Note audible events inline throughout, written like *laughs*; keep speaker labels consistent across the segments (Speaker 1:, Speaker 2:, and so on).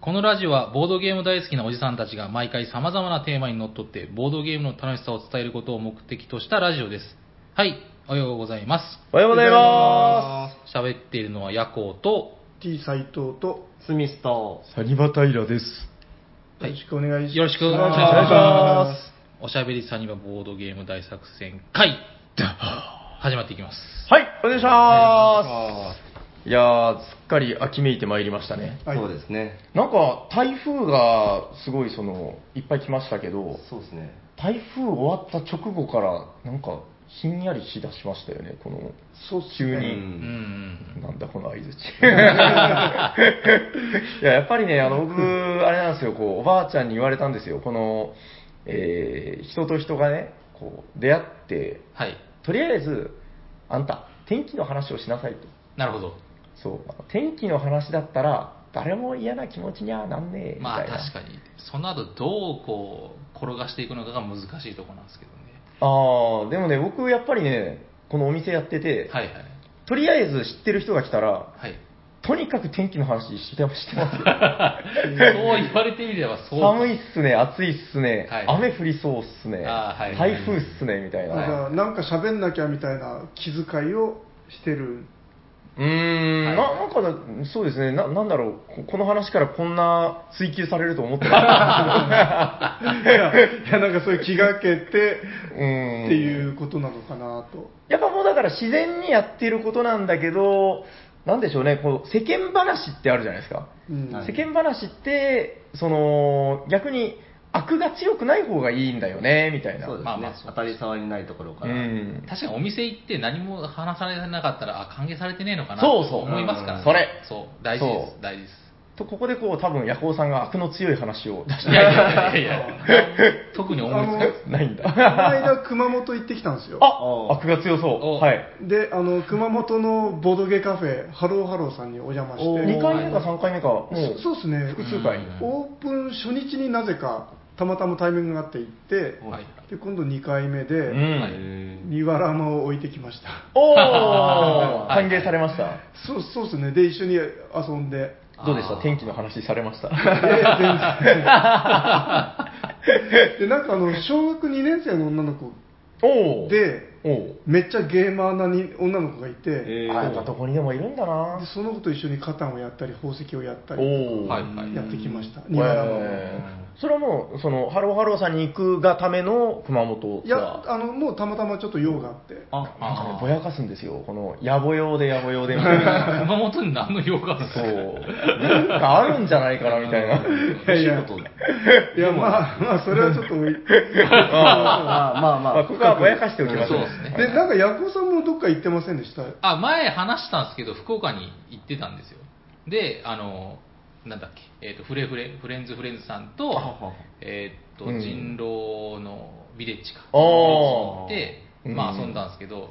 Speaker 1: このラジオはボードゲーム大好きなおじさんたちが毎回様々なテーマにのっとってボードゲームの楽しさを伝えることを目的としたラジオです。はい、おはようございます。
Speaker 2: おはようございま
Speaker 1: 喋っているのはヤコウと、
Speaker 3: T 斎藤と
Speaker 4: スミスと、
Speaker 2: す。サニバタイラです。
Speaker 1: は
Speaker 3: よ
Speaker 1: い
Speaker 3: ろしくお願いします。
Speaker 1: よろしくお願いしますおしゃべりサニバボードゲーム大作戦会、始まっていきます。
Speaker 2: はい、お願いします。いやー、すっかり秋めいてまいりましたね。
Speaker 3: はい
Speaker 4: そうですね。
Speaker 2: なんか、台風がすごいその、いっぱい来ましたけど、
Speaker 4: そうですね。
Speaker 2: 台風終わった直後から、なんか、ひんやりしだしましたよね、この、
Speaker 3: そうっす
Speaker 2: 急
Speaker 3: ね
Speaker 4: う。
Speaker 2: に。
Speaker 1: うんん。
Speaker 2: なんだこの *laughs* 相づち。いや、やっぱりね、あの、僕、あれなんですよ、こう、おばあちゃんに言われたんですよ、この、えー人と人がね、こう、出会って、
Speaker 1: はい。
Speaker 2: とりあえず、あんた、天気の話をしなさいと。
Speaker 1: なるほど。
Speaker 2: そう、あの天気の話だったら、誰も嫌な気持ちにはなんねえ、み
Speaker 1: まあ
Speaker 2: たいな。
Speaker 1: 確かに、その後どうこう、転がしていくのかが難しいところなんですけどね。
Speaker 2: ああ、でもね、僕、やっぱりね、このお店やってて、
Speaker 1: はいはい。
Speaker 2: とりあえず知ってる人が来たら、 *laughs*
Speaker 1: はい。
Speaker 2: とにかく天気の話してしてますよ。
Speaker 1: そう言われてみればそう。
Speaker 2: 寒いっすね、暑いっすね、
Speaker 1: はい
Speaker 2: 雨降りそうっすね、
Speaker 1: あーはい
Speaker 2: 台風っすね、みたいな。
Speaker 3: なんか、なんか喋んなきゃみたいな気遣いをして
Speaker 1: *laughs*
Speaker 3: る。
Speaker 2: うーん、
Speaker 1: はい
Speaker 2: ななんかだ、そうですねな、なんだろうこ、この話からこんな追求されると思ってない
Speaker 3: や、いやなんかそういう気が
Speaker 2: い。
Speaker 3: けて *laughs*
Speaker 2: う
Speaker 3: って
Speaker 2: ーん
Speaker 3: いうことなのかなと。
Speaker 2: やっぱもうだから自然にやってることなんだけど、なんでしょうね、こう世間話ってあるじゃないですか。
Speaker 3: うん
Speaker 4: はい
Speaker 2: 世間話って、その、逆に悪が強くない方がいいんだよね、みたいな。
Speaker 4: そうですね。
Speaker 1: まあまあそう
Speaker 4: 当たり障りないところから。
Speaker 2: うん
Speaker 1: 確かにお店行って何も話されなかったら、あ、歓迎されてねえのかな
Speaker 2: そうそう
Speaker 1: と思いますからね。
Speaker 2: うんそれ
Speaker 1: そう、大事で
Speaker 2: そ
Speaker 1: す、大事です。
Speaker 2: と、ここでこう、多分、ヤコウさんが悪の強い話を
Speaker 3: *laughs*
Speaker 2: 出し
Speaker 1: いやいやいやいや、特に思いつかない
Speaker 2: てないん
Speaker 3: こ
Speaker 2: だ。
Speaker 3: の間、熊本行ってきたんですよ。
Speaker 2: あ悪が強そ
Speaker 1: お
Speaker 2: う。はい。
Speaker 3: で、あの、熊本のボドゲカフェ、ハローハローさんにお邪魔し
Speaker 1: おー
Speaker 3: て、
Speaker 2: 2回目か3回目か、も
Speaker 3: そそう
Speaker 2: う、
Speaker 3: ですね、
Speaker 2: 複数回
Speaker 1: う。ん
Speaker 3: オープン初日になぜか、たまたまタイミングがあって行って、
Speaker 1: はい。
Speaker 3: で、今度2回目
Speaker 2: う
Speaker 3: で、
Speaker 2: ん。
Speaker 3: ニワラマを置いてきました。
Speaker 2: おー
Speaker 1: はい
Speaker 2: *laughs* 歓迎されました。
Speaker 3: そうそうですね、で、一緒に遊
Speaker 2: *laughs*
Speaker 3: んで、
Speaker 2: どうでし
Speaker 1: あ
Speaker 2: た
Speaker 1: ー
Speaker 2: 天気の話されました。
Speaker 1: *laughs*
Speaker 3: いやいや全然 *laughs* で、なんかあの、小学2年生の女の子
Speaker 2: おお。、
Speaker 3: で、
Speaker 2: おお。
Speaker 3: めっちゃゲーマーなに女の子がいて、
Speaker 4: えー
Speaker 2: あ、やっぱどこにでもいるんだな
Speaker 3: で。その子と一緒にカタンをやったり、宝石をやった
Speaker 2: お
Speaker 3: り、
Speaker 2: お。
Speaker 1: はいはい
Speaker 3: やってきました、
Speaker 2: えー
Speaker 3: ニワラマを。
Speaker 2: それはもう、その、ハローハローさんに行くがための熊本
Speaker 3: い
Speaker 2: ツアー。
Speaker 3: や、あの、もうたまたまちょっと用があって、
Speaker 2: あ、なんか
Speaker 1: あ
Speaker 2: ね
Speaker 1: ー、
Speaker 2: ぼやかすんですよ。この、やぼ用でやぼ用でみた
Speaker 1: *laughs*
Speaker 2: いな。
Speaker 1: 熊本に何の用があるんです
Speaker 2: そう。
Speaker 1: か
Speaker 2: なんかあるんじゃないかな、みたいな。
Speaker 3: いやいや
Speaker 4: お仕事
Speaker 3: いや、まあ、まあ、それはちょっと置
Speaker 2: *laughs*
Speaker 3: い
Speaker 4: まあまあま
Speaker 2: ま *laughs* あ、
Speaker 4: あ
Speaker 2: こ。こはぼやかしておきましょ
Speaker 1: そう
Speaker 2: う。
Speaker 1: ですね
Speaker 3: で、なんか、ヤコウさんもどっか行ってませんでした
Speaker 1: あ、前話したんですけど、福岡に行ってたんですよ。で、あの、なんだっけ、えっ、と、フレフレ、フレンズフレンズさんと
Speaker 4: あはは、
Speaker 1: えっ、と、
Speaker 2: うん
Speaker 1: 人狼のビレッジか。
Speaker 2: おー
Speaker 1: ビレッジに行って、まあ遊んだんですけど、うん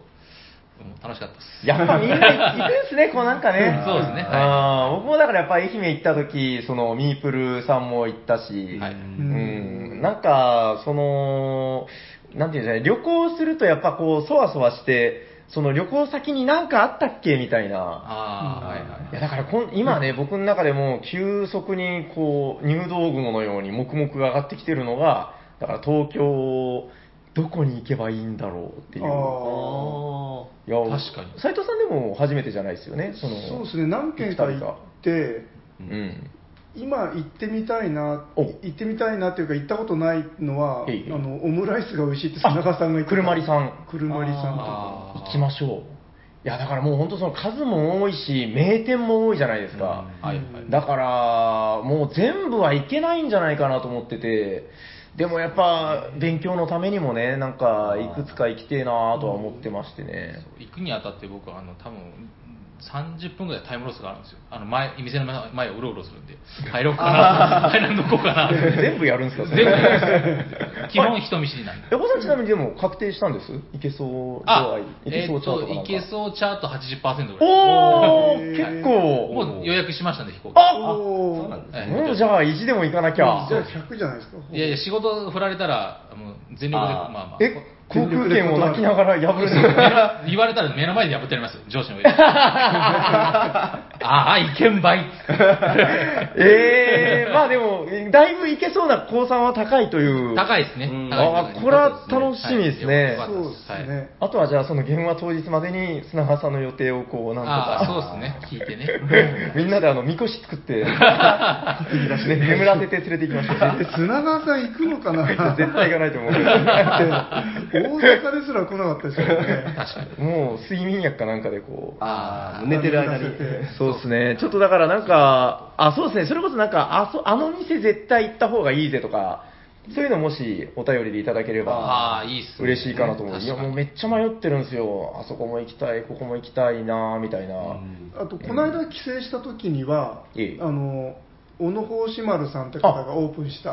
Speaker 1: 楽しかったです。。
Speaker 2: やっぱみんな行くんですね、こうなんかね
Speaker 1: *laughs* そうですねはい
Speaker 2: あー僕もだからやっぱ愛媛行った時、そのミープルさんも行ったし、
Speaker 1: はいううん
Speaker 2: ん、なんか、その、なんていうんですかね、旅行するとやっぱこう、そわそわして、その旅行先になんかあったっけみたいな。
Speaker 1: ああ、はい
Speaker 2: い
Speaker 1: は
Speaker 2: や
Speaker 1: い。
Speaker 2: だからこん今ね、僕の中でも急速にこう、入道雲のように黙々が上がってきてるのが、だから東京、どこに行けばいいんだろうっていう。
Speaker 3: ああ。
Speaker 4: あ
Speaker 2: いや
Speaker 1: 確かに
Speaker 2: 斉藤さんでも初めてじゃないですよね、その
Speaker 3: そうですね、何軒か行って、
Speaker 2: うん、
Speaker 3: 今行ってみたいな、
Speaker 2: お
Speaker 3: 行ってみたいなっていうか、行ったことないのは、あ
Speaker 2: へいへい
Speaker 3: のオムライスが美味しいって、砂川さんが言ってた。
Speaker 2: くるまりさん、
Speaker 3: くるまりさんとか。
Speaker 1: あー
Speaker 2: 行きましょう、いやだからもう本当、その数も多いし、名店も多いじゃないですか、
Speaker 1: はいはい。
Speaker 2: だからもう全部はいけないんじゃないかなと思ってて、でもやっぱ勉強のためにもね、なんかいくつか行きてえなとは思ってましてね、
Speaker 1: 行くにあたって僕はあの多分30分ぐらいタイムロスがあるんですよ。あの前店の前前をうろうろするんで、入ろうか
Speaker 2: *laughs*
Speaker 1: な、入らんどこうかな。
Speaker 2: 全部やるんですか、そ
Speaker 1: 全部
Speaker 2: れ。
Speaker 1: 基本人見知り
Speaker 2: *laughs*
Speaker 1: なんで。
Speaker 2: 横澤さんちなみにでも確定したんですいけそう度
Speaker 1: あ
Speaker 2: 合い、い
Speaker 1: え
Speaker 2: け
Speaker 1: っ
Speaker 2: そうチャー
Speaker 1: と
Speaker 2: トかなん
Speaker 1: いけ
Speaker 2: か
Speaker 1: そうチャート80%ぐらい。
Speaker 2: お
Speaker 3: へ
Speaker 2: ー、
Speaker 3: ー
Speaker 2: 結構。
Speaker 1: もう予約しましたね飛行機。
Speaker 2: あ
Speaker 3: お
Speaker 4: そ
Speaker 3: ー
Speaker 4: うなんです
Speaker 1: ええ
Speaker 2: もうじゃあ意地でも行かなきゃ
Speaker 3: じゃあ。100じゃないですか。
Speaker 1: いやいや仕事振られたらもう全力で
Speaker 4: あー
Speaker 1: まあまあ。
Speaker 2: え、航空券を泣きながら破る
Speaker 1: *laughs*
Speaker 2: の
Speaker 1: 言われたら目の前で破ってやりますよ、上司の
Speaker 2: *laughs*
Speaker 1: 上で。ああ、いけんばい。
Speaker 2: ええまあでも、だいぶいけそうな高3は高いという。
Speaker 1: 高いですね。
Speaker 4: うん
Speaker 1: 高い
Speaker 2: あーこれは楽しみですね
Speaker 1: は
Speaker 3: そ
Speaker 1: いよ
Speaker 3: う
Speaker 1: かっ
Speaker 3: です
Speaker 1: たですはい
Speaker 3: ね。
Speaker 2: あとはじゃあその現場当日までに砂川さんの予定をこうなんと
Speaker 1: あ
Speaker 2: か。
Speaker 1: あ、そうですね。聞いてね。
Speaker 2: *laughs* みんなであの、みこし
Speaker 1: *laughs*
Speaker 2: 作って、ね眠らせて連れて行きましょ
Speaker 3: え
Speaker 2: う。
Speaker 1: *laughs*
Speaker 3: 砂川さん行くのかな
Speaker 2: 絶対行かないと思うけ
Speaker 3: って大阪ですら来なかったですからね。
Speaker 1: 確かに。
Speaker 2: ど。もう睡眠薬かなんかでこう。
Speaker 4: ああ、寝てる間に。
Speaker 3: 寝て
Speaker 2: そうですね。ちょっとだからなんか、あ、そうですね。それこそなんか、あそ、あの店絶対行った方がいいぜとか、そういうのもしお便りでいただければ。
Speaker 1: ああ、いいっすね。
Speaker 2: 嬉しいかなと思う。い
Speaker 1: 確
Speaker 2: や、
Speaker 1: か
Speaker 2: もう
Speaker 1: に
Speaker 2: めっちゃ迷ってるんですよ。あそこも行きたい、ここも行きたいなみたいな。
Speaker 4: うん
Speaker 3: あと、この間帰省した時には、
Speaker 2: ええ
Speaker 3: あの、小野法師丸さんって方がオープンした、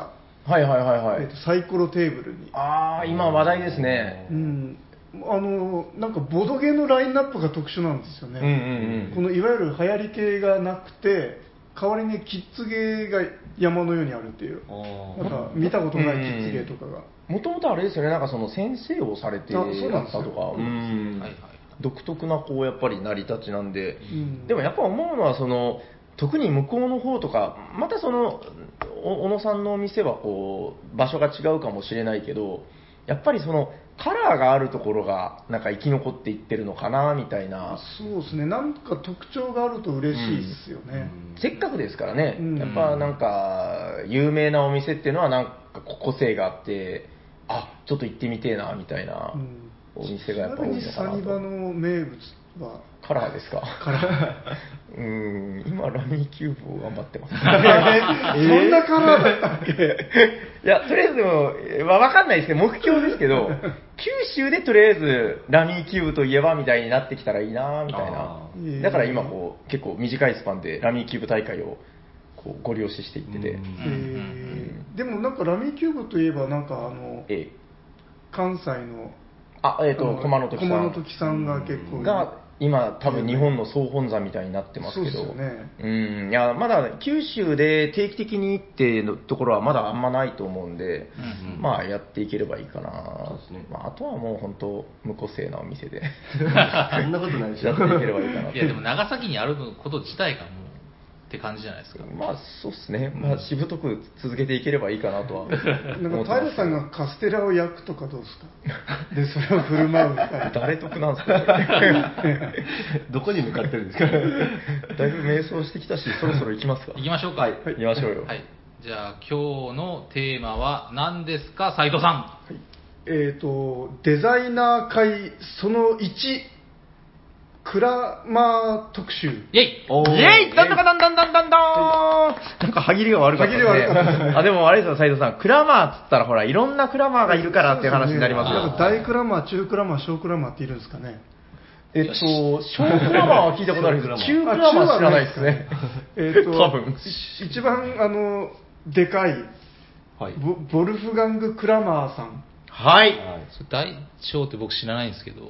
Speaker 2: はいはいはいは
Speaker 3: え
Speaker 2: い
Speaker 3: っと。サイコロテーブルに。
Speaker 2: ああ、今話題ですね
Speaker 3: う。ん。あの、なんかボドゲのラインナップが特殊なんですよ
Speaker 2: う
Speaker 3: ね。
Speaker 2: んうんう
Speaker 3: こ
Speaker 2: ん。
Speaker 3: のいわゆる流行り系がなくて代わりにキッズゲーが山のようにあるっていう
Speaker 4: おー
Speaker 3: なんか見たことないキッズゲーとかが
Speaker 2: もともとあれですよね、なんかその先生をされてい
Speaker 3: あ
Speaker 2: た
Speaker 3: そうなんですよ
Speaker 2: とか、うん
Speaker 1: はいはい
Speaker 2: 独特なこうやっぱり成り立ちなんで、
Speaker 3: うん
Speaker 2: でもやっぱ思うのはその、特に向こうの方とか、またその、お小野さんのお店はこう場所が違うかもしれないけど、やっぱりそのカラーがあるところが、なんか生き残っていってるのかなみたいな、
Speaker 3: そうですねなんか特徴があると嬉しいですよね、
Speaker 2: せっかくですからね、
Speaker 3: うん
Speaker 2: やっぱなんか、有名なお店っていうのは、なんか個性があって、あちょっと行ってみてえなみたいな
Speaker 3: うん
Speaker 2: お店
Speaker 3: ち
Speaker 2: がや
Speaker 3: な
Speaker 2: っぱ多
Speaker 3: み
Speaker 2: い
Speaker 3: に
Speaker 2: のか
Speaker 3: サ
Speaker 2: な
Speaker 3: ニバ
Speaker 2: と。
Speaker 3: の名物は
Speaker 2: カラーですか。
Speaker 3: カラ
Speaker 2: *laughs* う
Speaker 3: *laughs*
Speaker 2: ーん、今、ラミーキューブを頑張ってます。
Speaker 3: ーそんなカラーだったっけ
Speaker 2: いや、とりあえずでも、えーわわかんないですね、目標ですけど、九州でとりあえず、ラミーキューブといえばみたいになってきたらいいなみたいな
Speaker 4: あ。
Speaker 3: ー
Speaker 2: だから今こう、結構短いスパンでラミーキューブ大会をこうご利用ししていってて。
Speaker 4: うん
Speaker 1: うん
Speaker 3: えーでもなんかラミーキューブといえばなんかあの
Speaker 2: ええ
Speaker 3: 関西の
Speaker 2: あ、えっ、
Speaker 3: あ
Speaker 2: と、駒の時さ
Speaker 3: 駒の
Speaker 2: ん
Speaker 3: 時さんが結構
Speaker 2: が、今、多分日本の総本山みたいになってますけど、
Speaker 3: そうですよね
Speaker 2: うん、いや、まだ九州で定期的に行ってのところはまだあんまないと思うんで、
Speaker 1: うんうん
Speaker 2: まあ、やっていければいいかな、
Speaker 4: そうですね
Speaker 2: まあ、あとはもう本当、無個性なお店で
Speaker 4: そんなことないでし
Speaker 2: やっ
Speaker 4: *laughs* ょ
Speaker 2: ていければいいかなと
Speaker 1: いや、でも長崎にあること自体がもう、って感じじゃないですか。
Speaker 2: まあ、そうですね、まあ、しぶとく続けていければいいかなとは思って
Speaker 3: なんか
Speaker 2: ます
Speaker 3: 平さんがカステラを焼くとかどうですか *laughs* でそれを振る舞うみたいな
Speaker 2: 誰得なんですか、
Speaker 4: どこに向かってるんですか
Speaker 2: だいぶ迷走してきたし、そろそろ行きますか。
Speaker 1: 行きましょうか。
Speaker 2: はい、行きましょうよ。
Speaker 1: はい。じゃあ、今日のテーマは何ですか、斉藤さ
Speaker 3: *laughs* えっ、とデザイナー会その1クラマー特集
Speaker 1: ん。イェイ
Speaker 2: おー
Speaker 1: イェイなんとかなんだんだんだんだーん
Speaker 2: なんか歯切りが悪かったですね。
Speaker 3: 歯切りが悪かったですね
Speaker 2: あ、でもあれですよ、斉藤さん。クラマーっつったらほら、いろんなクラマーがいるからっていう話になります
Speaker 3: なん
Speaker 2: *laughs* よ。
Speaker 3: か大クラマー中クラマー小クラマーっているんですかね
Speaker 2: えっと、小クラマーは聞いたことあるけど、中
Speaker 4: 小
Speaker 2: ク
Speaker 4: ク
Speaker 2: ラマーは知らないですね。
Speaker 3: *laughs* えっ、と
Speaker 2: *laughs* 多分
Speaker 3: い一番あのでかい
Speaker 4: はい。
Speaker 3: ボボルフガング・クラマーさん
Speaker 2: はい。
Speaker 1: それ大小って僕知らないんですけど、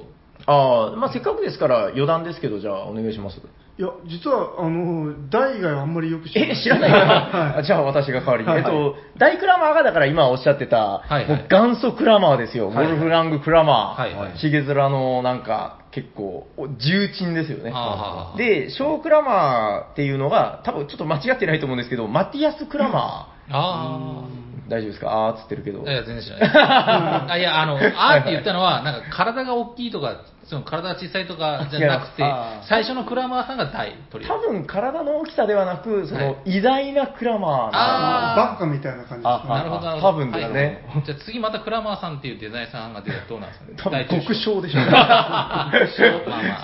Speaker 2: ああ、まあせっかくですから余談ですけど、じゃあお願いします。
Speaker 3: いや実はあの大以外はあんまりよく知らな
Speaker 2: え
Speaker 3: い、
Speaker 2: 知らないかじゃあ私が代わりに。えっと、大クラマーがだから今おっしゃってた
Speaker 1: は、い
Speaker 2: も
Speaker 1: はいう
Speaker 2: 元祖クラマーですよ。
Speaker 1: は
Speaker 2: ゴ
Speaker 1: いはい
Speaker 2: ルフラングクラマ
Speaker 1: はいは
Speaker 2: ー。
Speaker 1: い
Speaker 2: ヒゲ面のなんか結構、お重鎮ですよね。
Speaker 1: あー
Speaker 2: で、ショークラマーっていうのが、多分ちょっと間違ってないと思うんですけど、マティアスクラマ
Speaker 1: あ
Speaker 2: ー。大丈夫ですかあーっつってるけど
Speaker 1: あ。い。や、全然知ら
Speaker 2: *laughs*
Speaker 1: ない。あいや、あの、あーって言ったのは、なんか体が大きいとか、その体が小さいとかじゃなくて
Speaker 4: 違いますあ、ー
Speaker 1: 最初のクラマーさんが大、とりあ
Speaker 2: 多分体の大きさではなく、その偉大なクラマーな
Speaker 1: あー
Speaker 3: バッカみたいな感じですか
Speaker 1: えず。なるほど、なるほど。
Speaker 2: 多分だよね
Speaker 1: はいじゃあ次またクラマーさんっていうデザイナーさんが出たらどうなんですかね。
Speaker 2: *laughs* 多分
Speaker 1: 大中小
Speaker 2: 極小でしょうね。
Speaker 1: まあまあ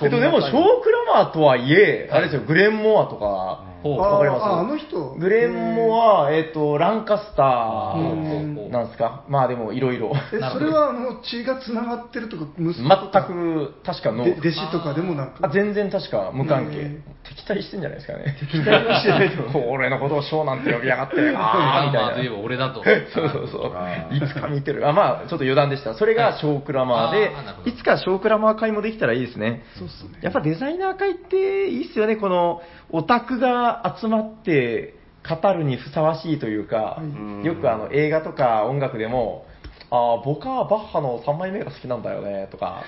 Speaker 2: えっと、でも、小クラマーとはいえ、あれですよ、グレンモアとか、
Speaker 1: ほう
Speaker 3: あー
Speaker 2: わかります
Speaker 3: ああの人
Speaker 2: グレンモア、えっと、ランカスタ
Speaker 1: あー
Speaker 2: ーなんですかまあでも、いろいろ。
Speaker 3: えそれはあの血がつながってるとか息
Speaker 2: 全
Speaker 3: 子とか
Speaker 2: く、確かの
Speaker 3: で、弟子とかでもなく
Speaker 2: あ全然確か無関係
Speaker 3: へ。
Speaker 2: 敵対してんじゃないですかね。敵対はしてないと思う。俺の *laughs* ことを翔なんて呼びやが *laughs* って、あーみ
Speaker 1: クラマー
Speaker 2: た
Speaker 1: とい
Speaker 2: い
Speaker 1: え
Speaker 2: な。
Speaker 1: ば俺だと。
Speaker 2: そうそうそう。
Speaker 4: あ
Speaker 2: いつか見てる。あ、まあ、ちょっと余談でした。それが小クラ
Speaker 1: あ
Speaker 2: マ
Speaker 1: ーなる
Speaker 2: ー
Speaker 1: ほど
Speaker 2: で、いつか小クラマー会もできたらいいですね。
Speaker 3: そうっすね
Speaker 2: やっぱデザイナー会っていいっすよね。この、オタクが集まって語るにふさわしいというか
Speaker 3: は、
Speaker 4: い
Speaker 2: よくあの映画とか音楽でも、ああ、僕はバッハの3枚目が好きなんだよね、とか。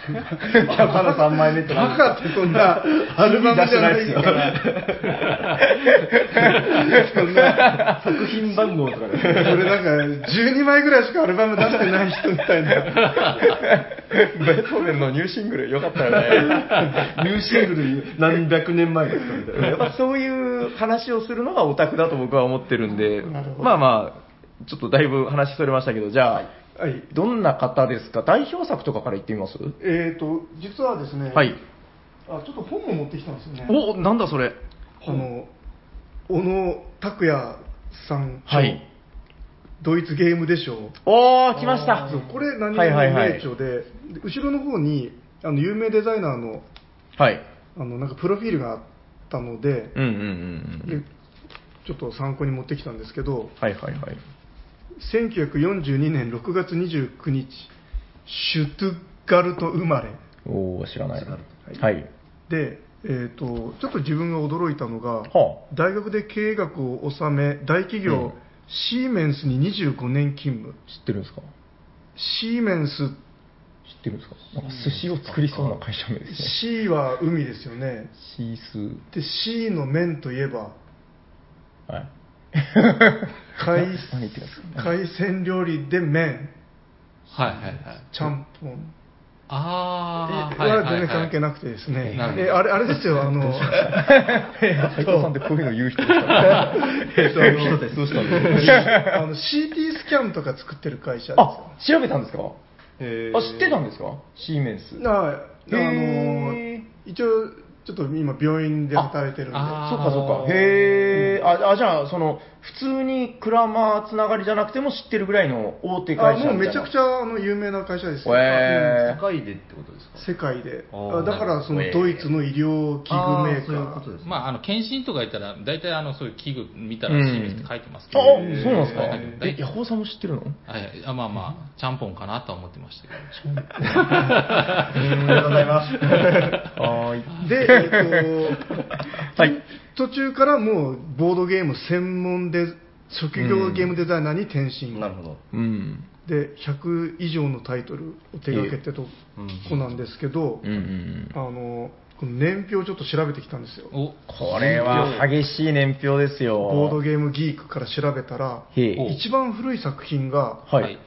Speaker 4: バカの3枚目って
Speaker 3: バ
Speaker 4: 何
Speaker 3: カってそん
Speaker 2: *laughs*
Speaker 3: なアルバムじゃないから。そんな、
Speaker 4: 作品番号と *laughs* か
Speaker 3: こ
Speaker 4: で。
Speaker 3: れなんか12枚ぐらいしかアルバム出してない人みた
Speaker 2: *laughs*
Speaker 3: いな。
Speaker 2: ベートーベンのニューシングル、よかったよね。
Speaker 4: ニューシングル何百年前ですかみたいな。
Speaker 2: やっぱそういう話をするのがオタクだと僕は思ってるんで、
Speaker 3: なるほど
Speaker 2: まあまあ、ちょっとだいぶ話それましたけど、じゃあ、
Speaker 3: はい。
Speaker 2: どんな方ですか代表作とかから言ってみます
Speaker 3: えっ、と、実はですね、
Speaker 2: はい。
Speaker 3: あちょっと本も持ってきたんですよね。
Speaker 2: お、なんだそれ。
Speaker 3: あの、小野拓也さん、
Speaker 2: はい。
Speaker 3: ドイツゲームでしょう。
Speaker 2: おー、来ました。
Speaker 3: そうこれ何
Speaker 2: はい
Speaker 3: 々
Speaker 2: はい
Speaker 3: の
Speaker 2: はい
Speaker 3: 名著で、で後ろの方にあの有名デザイナーの
Speaker 2: はい。
Speaker 3: あのなんかプロフィールがあったので,、
Speaker 2: うんうんうんうん。
Speaker 3: でちょっと参考に持ってきたんですけど
Speaker 2: はいはいはい。
Speaker 3: 1942年6月29日シュトゥッガルト生まれ
Speaker 2: おー、知らない。
Speaker 3: 知らな
Speaker 2: はい。
Speaker 3: で、えー、とちょっと自分が驚いたのが、
Speaker 2: は
Speaker 3: 大学で経営学を修め大企業、
Speaker 2: うん
Speaker 3: シーメンスに25年勤務
Speaker 2: 知ってるんですか
Speaker 3: シーメンス
Speaker 2: 知ってるんですかなんか寿司を作りそうな会社名ですね。
Speaker 3: C は海ですよね
Speaker 2: シース。
Speaker 3: で C の面といえば
Speaker 2: はい。
Speaker 3: 海
Speaker 2: *laughs* 何言ってるんですか
Speaker 3: 海鮮料理で麺
Speaker 1: はいはいはい。
Speaker 3: ちゃんぽん
Speaker 1: あー、
Speaker 3: えは全然関係なくてですね、
Speaker 1: なるほど
Speaker 3: えあれあれですよあ
Speaker 2: *laughs*
Speaker 3: の
Speaker 2: 斉藤さんってこういうの言う人ですか
Speaker 3: えっと
Speaker 4: 人ですどうしたの
Speaker 3: *laughs* あの CT スキャンとか作ってる会社ですよ
Speaker 2: あ、調べたんですか
Speaker 4: えー
Speaker 2: あ、知ってたんですかシーメンス。
Speaker 3: はいあの
Speaker 2: へー
Speaker 3: 一応ちょっと今病院で働いてるんで
Speaker 1: あ
Speaker 2: そうかそう
Speaker 1: あー
Speaker 2: か。へえ。あ、あじゃあ、その、普通にクラマーつながりじゃなくても知ってるぐらいの大手
Speaker 3: あ
Speaker 2: 会社みた
Speaker 3: もう
Speaker 2: いな
Speaker 3: めちゃくちゃあの有名な会社ですよ、
Speaker 2: へー
Speaker 4: 高いでってことですか
Speaker 3: 世界で
Speaker 4: あー
Speaker 3: あだからその
Speaker 2: へー
Speaker 3: ドイツの医療器具メーカー
Speaker 4: あそういうことですね
Speaker 1: まあ、あの検診とか言ったら、大体あのそういう器具見たら、
Speaker 2: うん
Speaker 1: シーメンスって書いてますけ
Speaker 2: あ、
Speaker 1: ど、
Speaker 2: そう
Speaker 1: はい
Speaker 2: なんですか
Speaker 1: うん。
Speaker 2: え、ヤホーさんも知ってるの
Speaker 1: はいあまあまあ、ちゃんぽんかなとは思ってましたけど、
Speaker 4: ありがとうございます。
Speaker 2: *laughs* はーい。
Speaker 3: で、えっと
Speaker 2: *laughs* はい
Speaker 3: 途中からもうボードゲーム専門で職業ゲームデザイナーに転身、
Speaker 4: なるほど。
Speaker 2: うん。
Speaker 3: で100以上のタイトルを手掛けてと子なんですけど、
Speaker 2: うんうんうん。
Speaker 3: あのこの年表をちょっと調べてきたんですよ
Speaker 1: お
Speaker 2: これは激しい年表ですよ。
Speaker 3: ボードゲームギークから調べたら
Speaker 2: へえ
Speaker 1: お
Speaker 3: 一番古い作品が
Speaker 2: はい。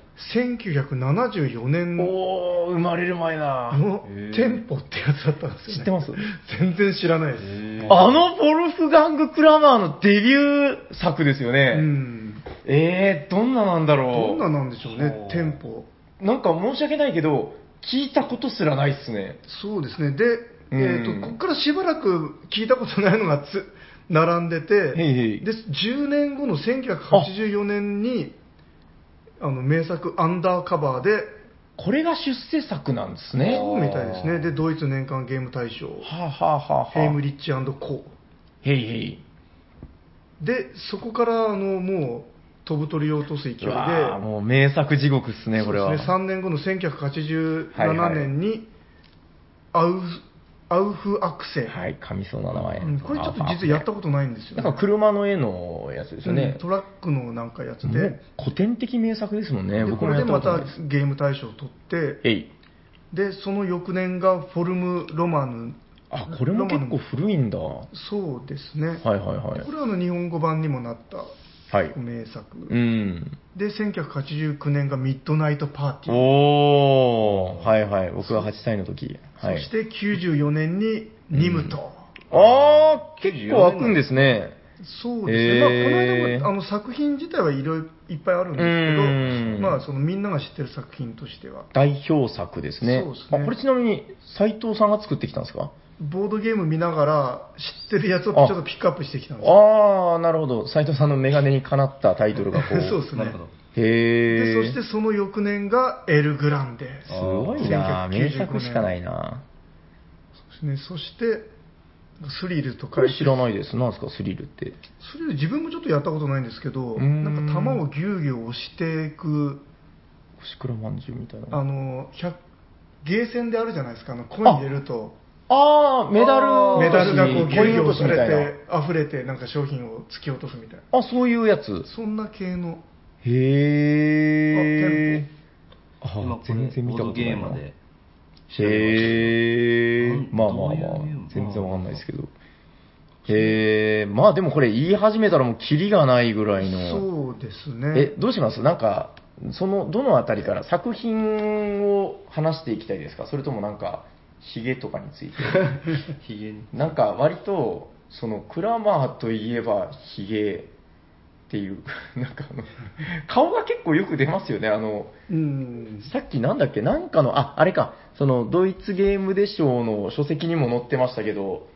Speaker 3: 1974年の
Speaker 2: おー、生まれる前だ。
Speaker 4: へえ
Speaker 3: 店舗ってやつだったんですよ、ね、
Speaker 2: 知ってます
Speaker 3: 全然知らないです、
Speaker 2: あのボルフガング・クラマーのデビュー作ですよね。
Speaker 3: うん
Speaker 2: えー、どんななんだろ
Speaker 3: ど
Speaker 2: うん
Speaker 3: ななんでしょう
Speaker 4: ほ
Speaker 3: ね
Speaker 4: う
Speaker 3: 店舗
Speaker 2: なんか申し訳ないけど、聞いたことすらないっすね。
Speaker 3: そうですねで、
Speaker 2: うん
Speaker 3: えー、とここからしばらく聞いたことないのがつ並んでて
Speaker 2: へいへい
Speaker 3: で10年後の1984年にあの名作「アンダーカバーで」
Speaker 2: これが出世作なんですね。
Speaker 3: そ
Speaker 2: は
Speaker 3: うみたいですねでドイツ年間ゲーム大賞
Speaker 2: あ、はあはあはあ、
Speaker 3: ヘイムリッチコ
Speaker 2: へいへい。
Speaker 3: ーでそこからあのもう飛ぶ鳥を落とす勢いで
Speaker 2: うわあもう名作地獄っすね、これは。
Speaker 3: そうですね3年後の
Speaker 2: はいは
Speaker 3: 1987
Speaker 2: い
Speaker 3: 年にアウフ、アウフアクセ、
Speaker 2: はい、噛みそうな名前。
Speaker 3: うんこれちょっと実はやったことないんですよ、
Speaker 2: なんか車の絵のやつですよ
Speaker 3: う
Speaker 2: ね
Speaker 3: ん。トラックのなんかやつ
Speaker 2: もう
Speaker 3: で、
Speaker 2: 古典的名作ですもんね。
Speaker 3: で
Speaker 2: 僕
Speaker 3: こ
Speaker 2: も
Speaker 3: れ
Speaker 2: や
Speaker 3: で
Speaker 2: ったこ
Speaker 3: ま
Speaker 2: と
Speaker 3: た
Speaker 2: ないです。
Speaker 3: ゲーム大賞を取って、
Speaker 2: えい。
Speaker 3: でその翌年がフォルム・ロマヌ、
Speaker 2: あ、これも結構古いんだ。は
Speaker 3: そうですね、
Speaker 2: いはいはい
Speaker 3: こ。れはあの日本語版にもなった
Speaker 2: はい。
Speaker 3: 名作、
Speaker 2: うん。
Speaker 3: で1989年がミッドナイト・パーティー、
Speaker 2: おー。はいはい。僕が8歳の時。はい。
Speaker 3: そして94年にニムト。
Speaker 2: あー、結構開くんですね。
Speaker 3: そうですね、
Speaker 2: へー
Speaker 3: まあ、この間もあの作品自体はいろいろいっぱいあるん
Speaker 2: う
Speaker 3: です
Speaker 2: ん
Speaker 3: けど、まあ、そのみんなが知ってる作品としては、
Speaker 2: 代表作ですね。
Speaker 3: そうですね
Speaker 2: あこれちなみに、斉藤さんが作ってきたんですか
Speaker 3: ボードゲーム見ながら知ってるやつを
Speaker 2: あ
Speaker 3: ちょっとピックアップしてきたんですよ
Speaker 2: あー、なるほど。斉藤さんのメガネにかなったタイトルがこう。
Speaker 3: *laughs* そうですね
Speaker 4: なるほど。
Speaker 2: へ
Speaker 3: で
Speaker 2: ー。
Speaker 3: そしてその翌年がエル・グランデ
Speaker 2: すごいな名作しかないな
Speaker 3: そうですねそしてスリルと
Speaker 2: こ
Speaker 3: か
Speaker 2: れ知らないです。なんですか、スリルって。
Speaker 3: スリル自分もちょっとやったことないんですけど
Speaker 2: うーん
Speaker 3: なんか弾をギュうギュう押していく
Speaker 2: 星倉まんじゅうみたい
Speaker 3: あ
Speaker 2: な。
Speaker 3: の100ゲーセンであるじゃないですかあのコイン入れると
Speaker 2: あー、メダル。
Speaker 3: メダルがこうギュ
Speaker 2: コ
Speaker 3: う
Speaker 2: イ
Speaker 3: ギ
Speaker 2: ン
Speaker 3: ュう
Speaker 2: 落と
Speaker 3: 押
Speaker 2: し
Speaker 3: さ
Speaker 2: みたい
Speaker 3: れ
Speaker 2: な。
Speaker 3: て溢れてなんか商品を突き落とすみたいな
Speaker 2: あ、そういうやつ。
Speaker 3: そんな系の
Speaker 2: へー。あ
Speaker 5: 今これ
Speaker 2: 全然見たことないな
Speaker 5: ボードゲームで調べ
Speaker 2: へ
Speaker 5: なん
Speaker 2: えまあまあま
Speaker 5: どう
Speaker 2: あ
Speaker 5: いうゲーム
Speaker 2: 全然わかんないですけどへえまあでもこれ言い始めたらもうキリがないぐらいの
Speaker 3: そうです
Speaker 2: え
Speaker 3: ね、
Speaker 2: どうしますなんか、その、どのあたりから作品を話していきたいですかそれともなんか、ヒゲとかにつ
Speaker 5: *laughs*
Speaker 2: いて。
Speaker 4: ヒゲに。
Speaker 2: なんか、割と、その、クラマーといえばヒゲっていう、 *laughs* なんかあの、顔が結構よく出ますよね。あの、
Speaker 3: うん、
Speaker 2: さっきなんだっけなんかの、あ、あれか、その、ドイツゲームでしょうの書籍にも載ってましたけど、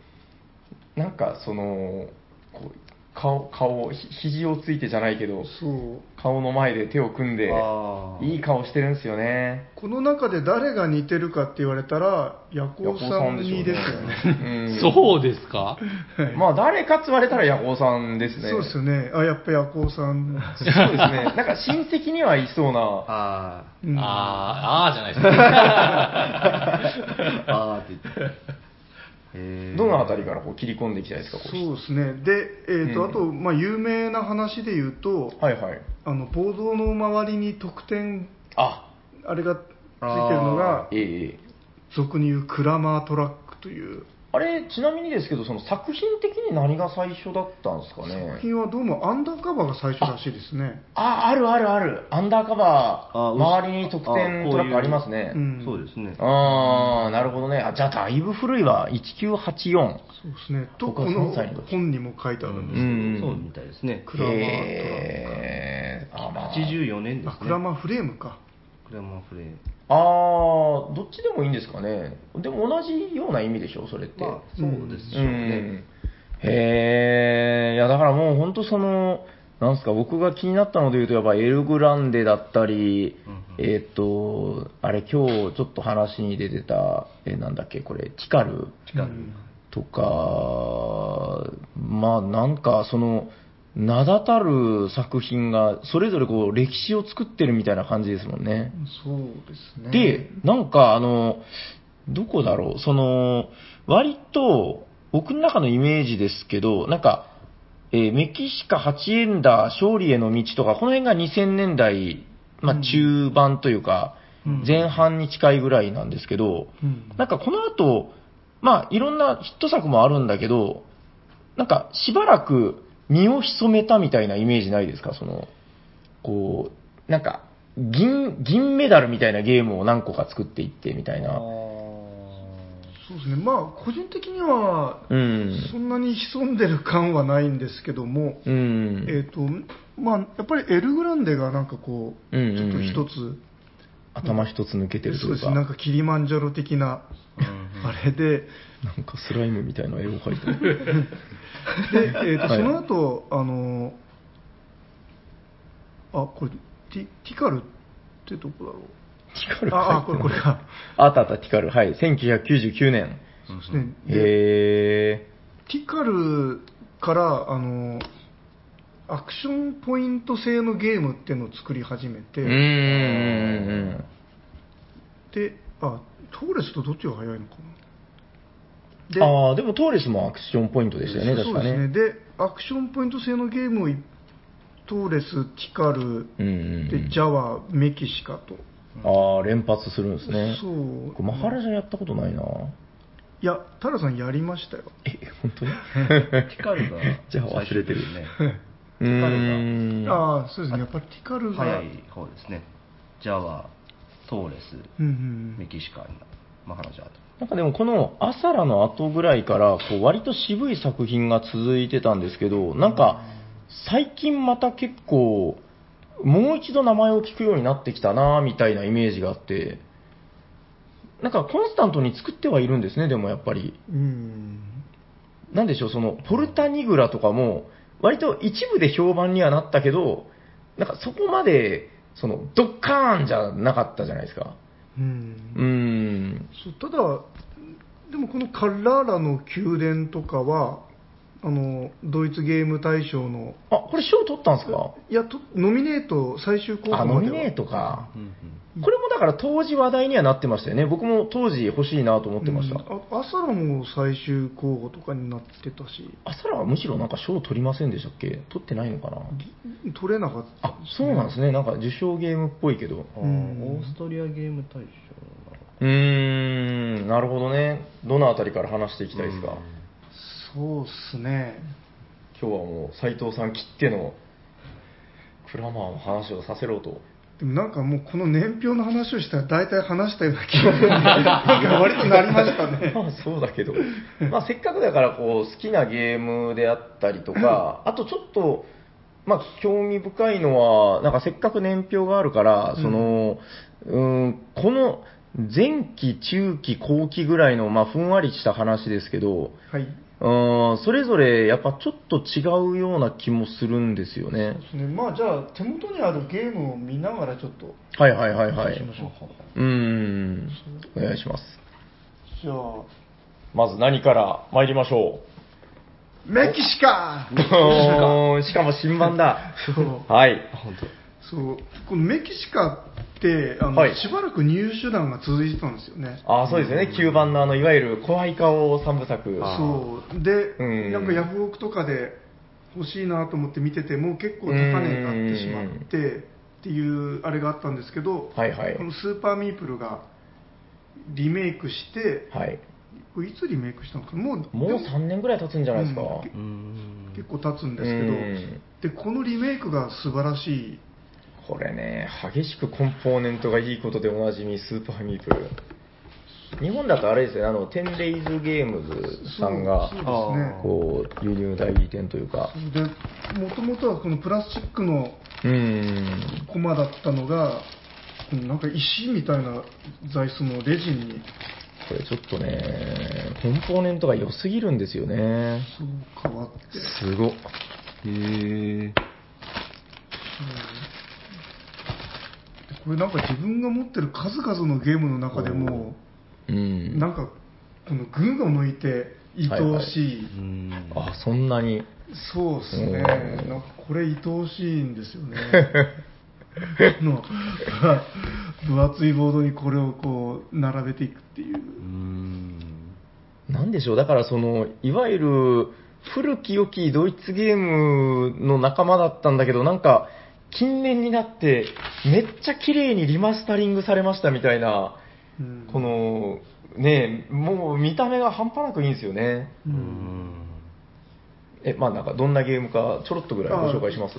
Speaker 2: なんか、その、こう顔、顔、ひ肘をついてじゃないけど、
Speaker 3: そう、
Speaker 2: 顔の前で手を組んで、
Speaker 4: あー
Speaker 2: いい顔してるんですよね。
Speaker 3: この中で誰が似てるかって言われたら、ヤコウさん似ですよね。
Speaker 2: ね
Speaker 1: そうですか
Speaker 2: うん。まあ、誰かって言われたらヤコウさんですね。
Speaker 3: そうですよね。あ、やっぱヤコウさん。
Speaker 2: *laughs* そうですね。なんか親戚にはいそうな。
Speaker 4: あ
Speaker 3: うん
Speaker 1: あー、あーじゃないです
Speaker 2: *laughs*
Speaker 1: か。
Speaker 4: ー。あーって言って。えー
Speaker 2: どのあたりからこう切り込んでいきたいですか、こ
Speaker 3: そうですね。で、えっ、と、
Speaker 2: うん
Speaker 3: あと、まあ、有名な話で言うと、
Speaker 2: はいはい。
Speaker 3: あの、暴動の周りに特典、
Speaker 2: あ、
Speaker 3: あれがついてるのが、
Speaker 2: ええ
Speaker 3: 俗に言うクラマートラックという、
Speaker 2: あれ、ちなみにですけど、その作品的に何が最初だったんですか
Speaker 3: 作
Speaker 2: ね。
Speaker 3: 品はどうもアンダーカバーが最初らしいですね。
Speaker 2: あ、あるあるある。アンダーカバー、
Speaker 4: あ
Speaker 2: *laughs* 周りに特典トラックありますね。
Speaker 3: うん
Speaker 4: そうですね。
Speaker 2: ああ、なるほどね。あ、じゃあだいぶ古いわ。1984。
Speaker 3: そうですね。と、
Speaker 2: 僕は
Speaker 3: この
Speaker 2: 3歳の時
Speaker 3: 本にも書いてあるんですけど、
Speaker 2: うん
Speaker 4: そうみたいですね。
Speaker 3: クラマートラック
Speaker 2: えーあまあ
Speaker 4: 84年です
Speaker 3: あ
Speaker 4: ね。
Speaker 3: クラマーフレームか。
Speaker 4: クラマーフレーム。
Speaker 2: あーどっちでもいいんですかねでも同じような意味でしょそれって、
Speaker 4: まあ、そうです
Speaker 2: うん
Speaker 4: よね。
Speaker 2: へえいやだからもう本当そのなんすか僕が気になったので言うとやっぱエルグランデだったり、
Speaker 4: うん
Speaker 2: えーっ、とあれ今日ちょっと話に出てたえなんだっけこれチカル
Speaker 3: うん
Speaker 2: とか、まあなんかその、名だたる作品がそれぞれこう歴史を作ってるみたいな感じですもんね。
Speaker 3: そうですね。
Speaker 2: で、なんかあの、どこだろう、その、割と僕の中のイメージですけど、なんか、えーメキシカ8エンダー勝利への道とか、この辺が2000年代、まあ中盤というか、
Speaker 3: うん
Speaker 2: 前半に近いぐらいなんですけど、
Speaker 3: うん
Speaker 2: なんかこの後、まあいろんなヒット作もあるんだけど、なんかしばらく身を潜めたみたいなイメージないですかその、こう、なんか、銀、銀メダルみたいなゲームを何個か作っていってみたい
Speaker 4: あ
Speaker 2: な。
Speaker 3: そうですね。まあ、個人的には、
Speaker 2: うん。
Speaker 3: そんなに潜んでる感はないんですけども、
Speaker 2: うん。
Speaker 3: えっ、と、まあ、やっぱりエルグランデがなんかこう、
Speaker 2: うんうん
Speaker 3: ちょっと
Speaker 2: うん
Speaker 3: 一つ、
Speaker 2: 頭一つ抜けてると
Speaker 3: そ
Speaker 2: い
Speaker 3: うで
Speaker 2: う
Speaker 3: す
Speaker 2: か、
Speaker 3: ね、なんかキリマンジャロ的な、あれで、
Speaker 2: なんかスライムみたいな絵を描いて
Speaker 3: *laughs*
Speaker 2: る。
Speaker 3: で、えーと
Speaker 2: はい
Speaker 3: その後、あの、あ、これ、ティティカルってどこだろう。
Speaker 2: ティカル
Speaker 3: あ
Speaker 2: 描
Speaker 3: あ
Speaker 2: いてる
Speaker 3: これこれか
Speaker 2: あったあった、ティカル。はい。1999年。
Speaker 3: そうですね。で
Speaker 2: へ
Speaker 3: ティカルから、あの、アクションポイント制のゲームっていうのを作り始めて、
Speaker 2: え。うんうんうんうん。
Speaker 3: で、あ、トーレスとどっちが早いのかな。
Speaker 2: ああ、でもトーレスもアクションポイントでしたよね、確
Speaker 3: そう
Speaker 2: か
Speaker 3: です
Speaker 2: ね。
Speaker 3: ね。で、アクションポイント制のゲームをい、トーレス、ティカル、
Speaker 2: うんうんうん
Speaker 3: で、ジャワ、メキシカと。
Speaker 2: ああ、連発するんですね。
Speaker 3: そう
Speaker 2: マハラジャやったことないな。
Speaker 3: いや、タラさんやりましたよ。
Speaker 2: え、本当に
Speaker 4: ピカルが
Speaker 2: じゃあ忘れてる
Speaker 4: 最初ですね。
Speaker 2: うーん。
Speaker 3: ああ、そうですね。やっぱりティカルが。
Speaker 4: 早い方ですね。ジャワ、トーレス、
Speaker 3: うん
Speaker 4: メキシカン、マハラジャーと。
Speaker 2: なんかでもこのアサラの後ぐらいから、こう割と渋い作品が続いてたんですけど、なんか最近また結構、もう一度名前を聞くようになってきたなみたいなイメージがあって、なんかコンスタントに作ってはいるんですね、でもやっぱり。
Speaker 3: うん。うん。
Speaker 2: なんでしょう、その、ポルタニグラとかも、割と一部で評判にはなったけど、なんかそこまで、その、ドッカーンじゃなかったじゃないですか。
Speaker 3: うん
Speaker 2: うーん。
Speaker 3: そうただ、でもこのカラーラの宮殿とかは、あの、ドイツゲーム大賞の、
Speaker 2: あ、これ賞取ったんですか
Speaker 3: いや、とノミネート、最終候補
Speaker 2: あ、
Speaker 3: ま
Speaker 2: ノ
Speaker 3: で
Speaker 2: ミ
Speaker 3: は
Speaker 2: ネートか。
Speaker 4: うん
Speaker 2: これもだから当時話題にはなってましたよね。僕も当時欲しいなと思ってました。
Speaker 3: うんあ朝のも最終候補とかになってたし、
Speaker 2: 朝らはむしろなんか賞取りませんでしたっけ取ってないのかな
Speaker 3: 取れなかった
Speaker 2: あ、そうなんですね。なんか受賞ゲームっぽいけど。
Speaker 4: あー
Speaker 3: うん
Speaker 4: オーストリアゲーム大賞なの
Speaker 2: うーん、なるほどね。どのあたりから話していきたいですか。
Speaker 3: そうっすね、
Speaker 2: 今日はもう斉藤さん切ってのクラマーの話をさせろと。
Speaker 3: でもなんかもうこの年表の話をしたら大体話したような気がなんか割となりましたね。
Speaker 2: まあそうだけど、まあ、せっかくだからこう好きなゲームであったりとか、あとちょっと、まあ、興味深いのは、なんかせっかく年表があるから、そのうん、この前期、中期、後期ぐらいの、まあ、ふんわりした話ですけど、
Speaker 3: はい。
Speaker 2: うんそれぞれやっぱちょっと違うような気もするんですよね。
Speaker 3: ね、まあじゃあ手元にあるゲームを見ながらちょっと
Speaker 2: はいはいはいはい。
Speaker 3: しましょうか。
Speaker 2: うん、お願いします。
Speaker 3: じゃあ、
Speaker 2: まず何から参りましょう。
Speaker 3: メキシカ
Speaker 2: おーしかも新版だ。
Speaker 3: そう
Speaker 2: *laughs* はい。
Speaker 3: そうこのメキシカってあの、
Speaker 2: はい
Speaker 3: しばらく入手団が続いてたんですよね。
Speaker 2: あーそうですよね、9番のあの、いわゆる怖い顔三部作。
Speaker 4: あー
Speaker 3: そうで、
Speaker 2: うん
Speaker 3: なんかヤフオクとかで欲しいなと思って見てても結構高値になってしまってっていうあれがあったんですけど、
Speaker 2: はいはい
Speaker 3: こ。のスーパーミープルがリメイクして
Speaker 2: はい。
Speaker 3: これいつリメイクしたのかなもう
Speaker 2: もう
Speaker 3: でも
Speaker 2: 3年ぐらい経つんじゃないですか。
Speaker 3: うん
Speaker 2: う
Speaker 4: うーん
Speaker 3: 結構経つんですけど、
Speaker 2: ん
Speaker 3: でこのリメイクが素晴らしい
Speaker 2: これね、激しくコンポーネントがいいことでおなじみ、スーパーミープル。日本だとあれですよね、あの、テンレイズゲームズさんが
Speaker 3: そう、
Speaker 4: あー
Speaker 2: こう、輸入代理店というか。
Speaker 3: そうですねでもともとはこのプラスチックの
Speaker 2: うん。
Speaker 3: コマだったのがこのなんか石みたいな材質のレジンに
Speaker 2: これちょっとね、コンポーネントが良すぎるんですよね。
Speaker 3: そう変わって
Speaker 2: すごっ。
Speaker 5: へえ。
Speaker 3: これなんか自分が持ってる数々のゲームの中でも、
Speaker 2: うん。
Speaker 3: なんかこの群を抜いて愛おしい、
Speaker 4: うーん
Speaker 2: あ、そんなに。
Speaker 3: そうですね、
Speaker 2: うん
Speaker 3: なんかこれ愛おしいんですよ
Speaker 2: *laughs*
Speaker 3: ねこの分厚いボードにこれをこう並べていくっていう
Speaker 4: うーん
Speaker 2: なんでしょう、だからその、いわゆる、古き良きドイツゲームの仲間だったんだけど、なんか、近年になって、めっちゃ綺麗にリマスタリングされましたみたいな、
Speaker 3: うん
Speaker 2: この、ねえもう見た目が半端なくいいんですよね。
Speaker 3: う
Speaker 4: うー
Speaker 3: ん
Speaker 4: ん
Speaker 2: え、まあなんか、どんなゲームか、ちょろっとぐらいご紹介します。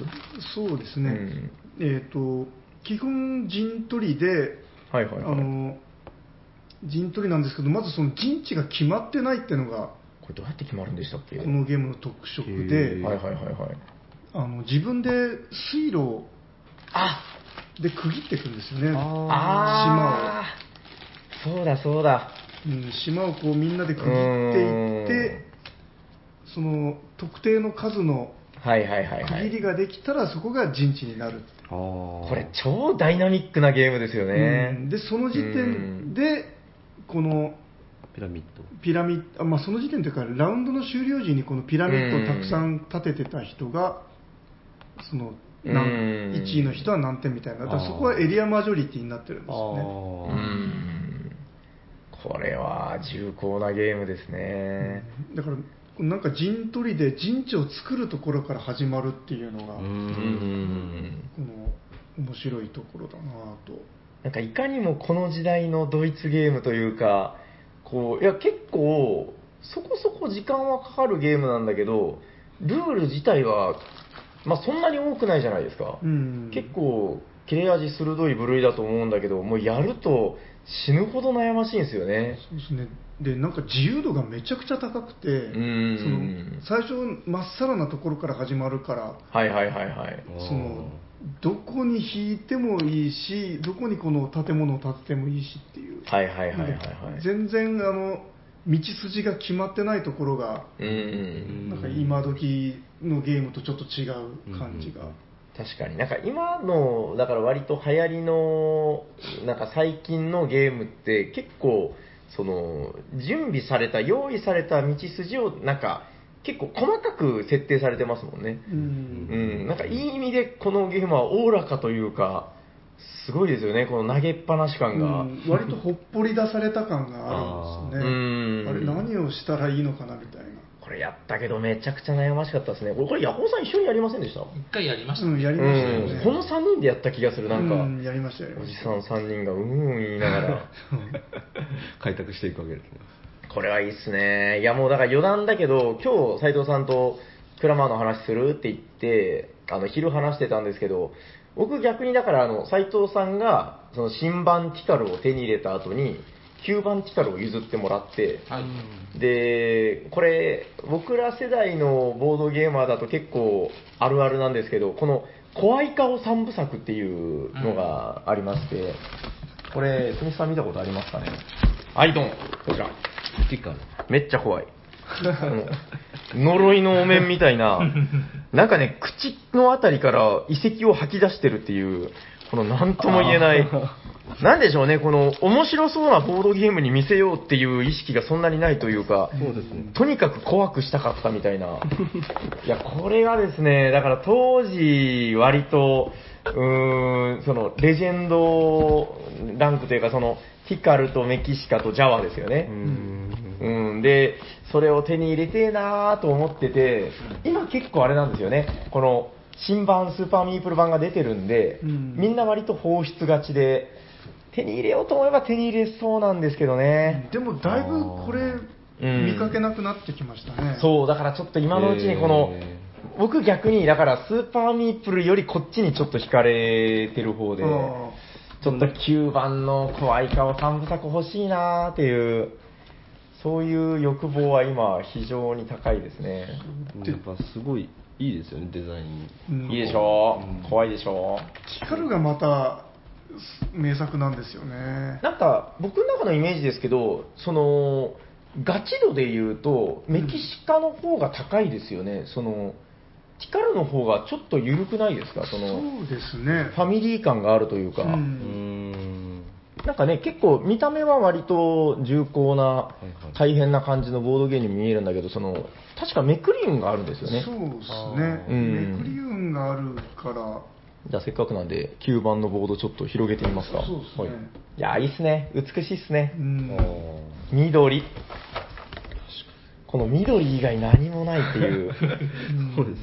Speaker 3: そうですね、えっ、と基本陣取りで
Speaker 2: うん。はいはい
Speaker 3: あ
Speaker 2: はい。
Speaker 3: の陣取りなんですけどまずその陣地が決まってないっていうのが
Speaker 2: これどうやって決まるんでしたっけ
Speaker 3: このゲームの特色で、
Speaker 4: へー
Speaker 2: はいはいはいはい。
Speaker 3: あの自分で水路を
Speaker 2: あ
Speaker 3: で区切っていくんですよね、
Speaker 2: あーそうだそうだ。
Speaker 3: うん、島をこうみんなで区切っていっ
Speaker 2: う
Speaker 3: てその特定の数の
Speaker 2: はいはいはいは
Speaker 3: 区
Speaker 2: い。
Speaker 3: 切りができたらそこが陣地になるって、
Speaker 4: あー
Speaker 2: これ超ダイナミックなゲームですよ
Speaker 3: う
Speaker 2: ね
Speaker 3: ん。でその時点でこの
Speaker 4: ピラミッド
Speaker 3: ピラミッドあ、まあ、その時点というかラウンドの終了時にこのピラミッドをたくさん立ててた人がその
Speaker 2: うん
Speaker 3: 1位の人は何点みたいなだから
Speaker 4: あー
Speaker 3: そこはエリアマジョリティになってるんですよね
Speaker 2: う
Speaker 4: あー
Speaker 2: んこれは重厚なゲームですね。
Speaker 3: だからなんか陣取りで陣地を作るところから始まるっていうのが、
Speaker 4: う
Speaker 2: う
Speaker 4: ー
Speaker 2: んん
Speaker 3: この面白いところだなぁと
Speaker 2: なんかいかにもこの時代のドイツゲームというか、こういや結構そこそこ時間はかかるゲームなんだけど、ルール自体は、まあ、そんなに多くないじゃないですか。
Speaker 3: うん
Speaker 2: 結構切れ味鋭い部類だと思うんだけど、もうやると死ぬほど悩ましいんですよね。
Speaker 3: そうですねでなんか自由度がめちゃくちゃ高くて、
Speaker 2: うん
Speaker 3: その最初まっさらなところから始まるから
Speaker 2: はいはいはいはい。
Speaker 4: あー
Speaker 3: そのどこに引いてもいいしどこにこの建物を建ててもいいしっていう、
Speaker 2: はいはいはいはいはい。
Speaker 3: 全然あの道筋が決まってないところが
Speaker 2: うんうん。
Speaker 4: ん
Speaker 3: なんか今時のゲームとちょっと違う感じが、
Speaker 2: 確かになんか今の、だから割と流行りの、なんか最近のゲームって結構、その、準備された、用意された道筋をなんか結構細かく設定されてますもんね。
Speaker 3: うん
Speaker 2: うん。なんかいい意味でこのゲームはおおらかというか、すごいですよね、この投げっぱなし感が。
Speaker 3: うん割とほっぽり出された感があるんで
Speaker 2: あー
Speaker 3: すよね。あ
Speaker 2: うん
Speaker 3: れ、何をしたらいいのかなみたいな。
Speaker 2: これやったけど、めちゃくちゃ悩ましかったですね。これ、これヤホーさん一緒にやりませんでした
Speaker 1: 一回やりました
Speaker 3: う
Speaker 1: ね。
Speaker 3: ん、やりましたよ
Speaker 2: うん
Speaker 3: ね。
Speaker 2: この3人でやった気がする、なんか、
Speaker 3: うんやりましたよ、やり
Speaker 2: お
Speaker 3: ま
Speaker 2: じ
Speaker 3: した
Speaker 2: さん3人がうーん言いながら。
Speaker 5: 開拓していくわけですね。
Speaker 2: これはいいっすね。いやもうだから余談だけど、今日斉藤さんとクラマーの話するって言って、あの、昼話してたんですけど、僕逆にだからあの、斉藤さんが、その新版ティカルを手に入れた後に、旧版ティカルを譲ってもらって、
Speaker 1: はい。
Speaker 2: で、これ、僕ら世代のボードゲーマーだと結構あるあるなんですけど、この、怖い顔三部作っていうのがありまして、これ、スミスさん見たことありますかねはい、どうも、こちら。
Speaker 5: ティカル。
Speaker 2: めっちゃ怖い。この呪いのお面みたいな、なんかね、口のあたりから遺跡を吐き出してるっていう、このなんとも言えない、なんでしょうね、この面白そうなボードゲームに見せようっていう意識がそんなにないというか、
Speaker 5: そうですね。
Speaker 2: とにかく怖くしたかったみたいな。いや、これがですね、だから当時、割と、うーん、その、レジェンドランクというか、その、ティカルとメキシカとジャワですよね。
Speaker 5: うん。
Speaker 2: うん、で、それを手に入れてえなーと思ってて、今結構あれなんですよね、この新版、スーパーミープル版が出てるんで、
Speaker 3: うん
Speaker 2: みんな割と放出がちで、手に入れようと思えば手に入れそうなんですけどね。
Speaker 3: でも、だいぶこれ、
Speaker 2: うん
Speaker 3: 見かけなくなってきましたね。
Speaker 2: そう、だからちょっと今のうちにこの、
Speaker 5: え
Speaker 2: 僕逆に、だからスーパーミープルよりこっちにちょっと惹かれてる方で、ち
Speaker 3: あ
Speaker 2: ょっと9番の怖い顔三部作欲しいなーっていう、そういう欲望は今非常に高いですね。
Speaker 5: ーやっぱすごいいいですよね、デザイン。
Speaker 3: うん
Speaker 2: いいでしょう、怖いでしょ
Speaker 3: ヒカルがまた、す名作なんですよ
Speaker 2: う。
Speaker 3: ね
Speaker 2: なんか僕の中のイメージですけどそのガチ度で言うとメキシカの方が高いですよね、そのティカルの方がちょっと緩くないですかそ
Speaker 3: そ
Speaker 2: の
Speaker 3: うですね。
Speaker 2: ファミリー感があるというか、
Speaker 3: う
Speaker 5: うんん。
Speaker 2: なんかね結構見た目は割と重厚な大変な感じのボードゲームに見えるんだけどその確かめくり運があるんですよね
Speaker 3: そうです
Speaker 2: あーうん
Speaker 3: ね。めくり運があるから、
Speaker 2: じゃあせっかくなんで9番のボードちょっと広げてみますか
Speaker 3: そうですね
Speaker 2: はい、いやいいっすね美しいっすね、
Speaker 3: うん。
Speaker 2: 緑この緑以外何もないっていう
Speaker 3: *laughs*
Speaker 5: そうです。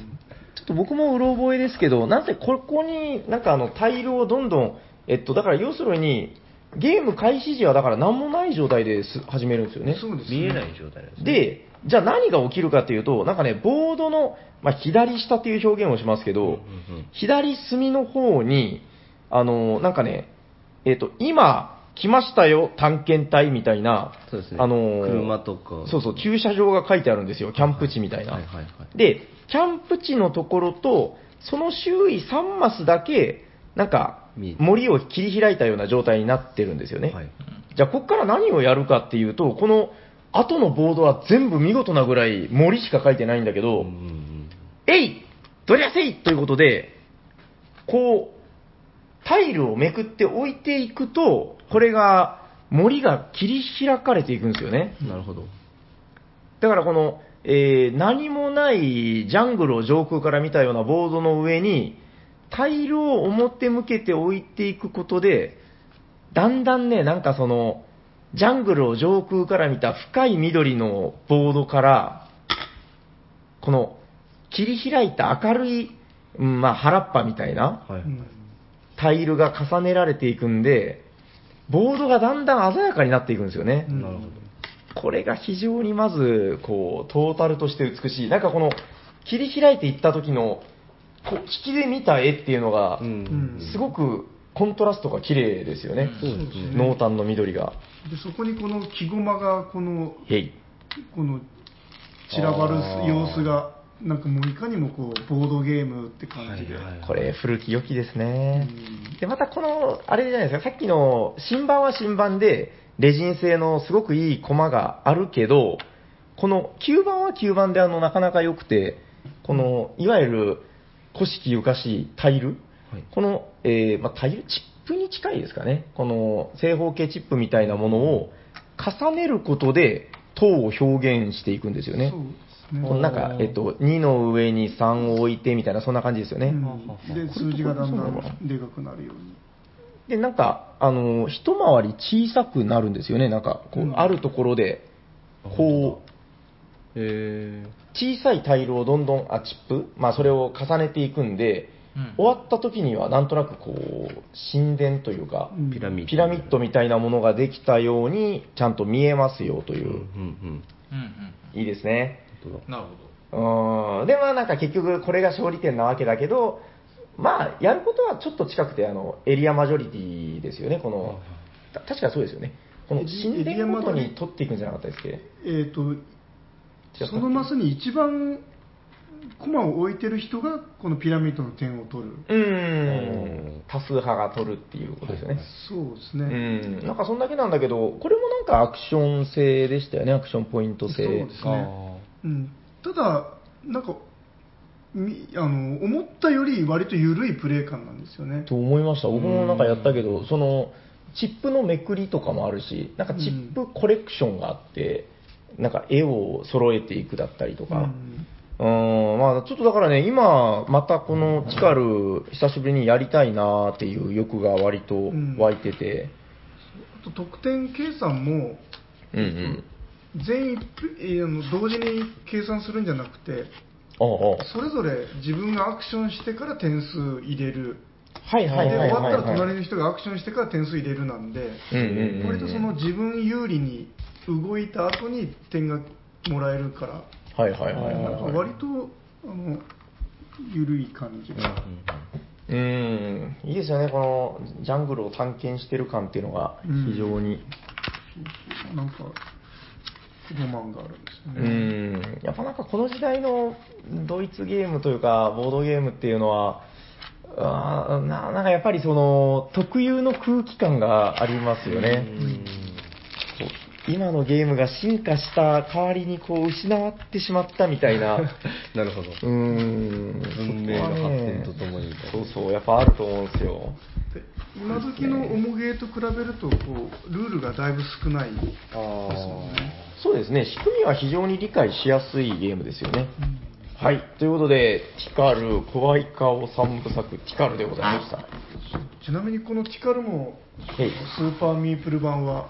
Speaker 2: ちょっと僕もうろ覚えですけどなぜここになんかあのタイルをどんどんえっとだから要するにゲーム開始時はだから何もない状態です始めるんですよね
Speaker 3: そうですね。
Speaker 4: 見えない状態なんですね。
Speaker 2: でじゃあ何が起きるかというとなんかねボードの、まあ、左下っていう表現をしますけど、
Speaker 5: うんうん
Speaker 2: 左隅の方に、あの、なんかね、えっ、と、今、来ましたよ、探検隊みたいな、
Speaker 5: そうですね
Speaker 2: あの、
Speaker 5: 車とか
Speaker 2: そうそう、駐車場が書いてあるんですよ、キャンプ地みたいな。
Speaker 5: はいはいはい。
Speaker 2: で、キャンプ地のところと、その周囲3マスだけ、なんか
Speaker 5: 見え、て
Speaker 2: 森を切り開いたような状態になってるんですよね。
Speaker 5: はい。
Speaker 2: じゃあ、ここから何をやるかっていうと、この後のボードは全部見事なぐらい森しか書いてないんだけど、
Speaker 5: うんうん
Speaker 2: えいどりゃせいということで、こう、タイルをめくって置いていくと、これが、森が切り開かれていくんですよね。
Speaker 5: うんなるほど。
Speaker 2: だからこの、えー何もないジャングルを上空から見たようなボードの上に、タイルを表向けて置いていくことで、だんだんね、なんかその、ジャングルを上空から見た深い緑のボードから、この、切り開いた明るい、うんまあ、原っぱみたいな
Speaker 5: はい。
Speaker 3: うん
Speaker 2: タイルが重ねられていくんで、ボードがだんだん鮮やかになっていくんですよね。
Speaker 3: うん
Speaker 5: なるほど。
Speaker 2: これが非常にまず、こう、トータルとして美しい。なんかこの、切り開いていった時の、こう、引きで見た絵っていうのが
Speaker 5: う、
Speaker 3: うんん
Speaker 2: すごくコントラストが綺麗ですよね。
Speaker 5: そうですね。
Speaker 2: 濃淡の緑が。
Speaker 3: でそこにこの木駒がこの
Speaker 2: へい。
Speaker 3: この散らばる様子がなんかもういかにもこうボードゲームって感じで、
Speaker 5: はいはい
Speaker 2: これ、古き良きですね。
Speaker 3: うん
Speaker 2: で、またこの、あれじゃないですか、さっきの新版は新版で、レジン製のすごくいいコマがあるけど、この9番は9番であの、なかなか良くて、この、いわゆる、古式ゆかしいタイル、
Speaker 5: はい
Speaker 2: この、えーまあ、タイル、チップに近いですかね。この、正方形チップみたいなものを重ねることで、塔を表現していくんですよね。
Speaker 3: そうですね
Speaker 2: このなんか、えっと、2の上に3を置いてみたいな、そんな感じですよね。
Speaker 3: うんで数字がだんだんでかくなるように
Speaker 2: で、なんか、あの、一回り小さくなるんですよね。なんか、こ
Speaker 3: う
Speaker 2: う、
Speaker 3: ん
Speaker 2: あるところで、こう、
Speaker 5: え
Speaker 2: 小さいタイルをどんどん、あ、チップまあ、それを重ねていくんで、
Speaker 1: うん
Speaker 2: 終わった時にはなんとなくこう、神殿というか、
Speaker 3: うん
Speaker 5: ー、ピラミッド。
Speaker 2: ピラミッドみたいなものができたように、ちゃんと見えますよとい
Speaker 5: うんうん
Speaker 2: う、
Speaker 5: うん。
Speaker 1: うんうん
Speaker 2: いいですね。
Speaker 5: 本当だ
Speaker 1: うんなるほど
Speaker 2: うーんで、まあなんか結局これが勝利点なわけだけど、まあやることはちょっと近くて、あの、エリアマジョリティですよね、この、た確かそうですよね。この
Speaker 3: エリ
Speaker 2: 神
Speaker 3: エリア
Speaker 2: 殿ご
Speaker 3: マジョ
Speaker 2: と
Speaker 3: リ
Speaker 2: に取っていくんじゃなかったですっけ
Speaker 3: えっ、とそのマスに一番駒を置いてる人がこのピラミッドの点を取る
Speaker 2: うーん、多数派が取るっていうことですよね。
Speaker 3: そうですね、
Speaker 2: うん、なんかそんだけなんだけど、これもなんかアクション性でしたよね、アクションポイント
Speaker 3: そう
Speaker 2: 性。
Speaker 3: です
Speaker 5: あ
Speaker 3: ね、うん、ただなんかみあの思ったより割と緩いプレー感なんですよね
Speaker 2: と思いました僕もなんかやったけどそのチップのめくりとかもあるしなんかチップコレクションがあって、なんか絵を揃えていくだったりと
Speaker 3: う
Speaker 2: か、
Speaker 3: ん
Speaker 2: うん、まあちょっとだからね今またこのチカル久しぶりにやりたいなーっていう欲が割と湧いてて、
Speaker 3: あと得点計算も
Speaker 2: うん、うん
Speaker 3: 全員えーあの同時に計算するんじゃなくて
Speaker 2: ああ
Speaker 3: それぞれ自分がアクションしてから点数入れる
Speaker 2: はいはい
Speaker 3: で
Speaker 2: はい
Speaker 3: 終わ
Speaker 2: はい
Speaker 3: ったら
Speaker 2: はい
Speaker 3: 隣の人がアクションしてから点数入れるなんで、
Speaker 2: うんうんうん
Speaker 3: 割とその自分有利に動いた後に点がもらえるから、
Speaker 2: はいはいはい
Speaker 3: なんか
Speaker 2: はいはい
Speaker 3: 割とあの緩い感じが、
Speaker 2: うんいいですよねこのジャングルを探検してる感っていうのが非常に、
Speaker 3: なんかロマンがあるんです
Speaker 2: う
Speaker 3: よ
Speaker 2: ん
Speaker 3: ね。
Speaker 2: やっぱなんかこの時代のドイツゲームというか、ボードゲームっていうのは、あーななんかやっぱりその特有の空気感がありますよね。こう今のゲームが進化した代わりにこう失わってしまったみた
Speaker 5: *laughs*
Speaker 2: いな、
Speaker 5: なるほど。
Speaker 2: うーん、
Speaker 5: 文明の発展とともに
Speaker 2: そこはねそうそう、やっぱあると思うんですよ。
Speaker 3: で今時のオモゲーと比べるとこうルールがだいぶ少な
Speaker 5: あ
Speaker 3: い、
Speaker 5: あ。
Speaker 2: そうですね、仕組みは非常に理解しやすいゲームですよね。はい、ということで、ティカル、怖い顔三部作、ティカルでございました。
Speaker 3: ちなみにこのティカルも
Speaker 2: はい
Speaker 3: スーパーミープル版は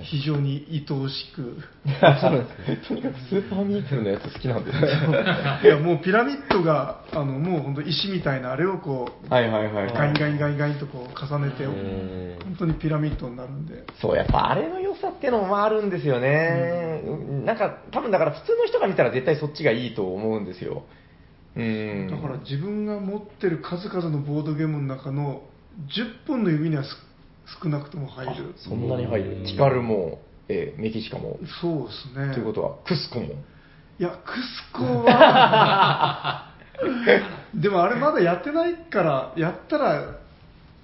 Speaker 3: 非常に愛おしく、
Speaker 2: *laughs* とにかくスーパーミープルのやつ好き *laughs* なんですね。
Speaker 3: いやもうピラミッドがあのもう本当石みたいなあれをこう
Speaker 2: はいはいはい
Speaker 3: ガインガインガ
Speaker 2: イ。
Speaker 3: インガインとこう重ねて
Speaker 2: うん
Speaker 3: 本当にピラミッドになるんで
Speaker 2: そう、やっぱあれの良さってのもあるんですよね。なんか、多分だから普通の人が見たら絶対そっちがいいと思うんですよ。うん。
Speaker 3: だから自分が持ってる数々のボードゲームの中の10本の指にはす少なくとも入る
Speaker 2: そんなに入
Speaker 5: う
Speaker 2: る。
Speaker 5: ん
Speaker 2: ティカルも、えーメキシカも。
Speaker 3: そうですね
Speaker 2: ということは、クスコも。
Speaker 3: いやクスコは
Speaker 2: *laughs*
Speaker 3: でもあれまだやってないからやったら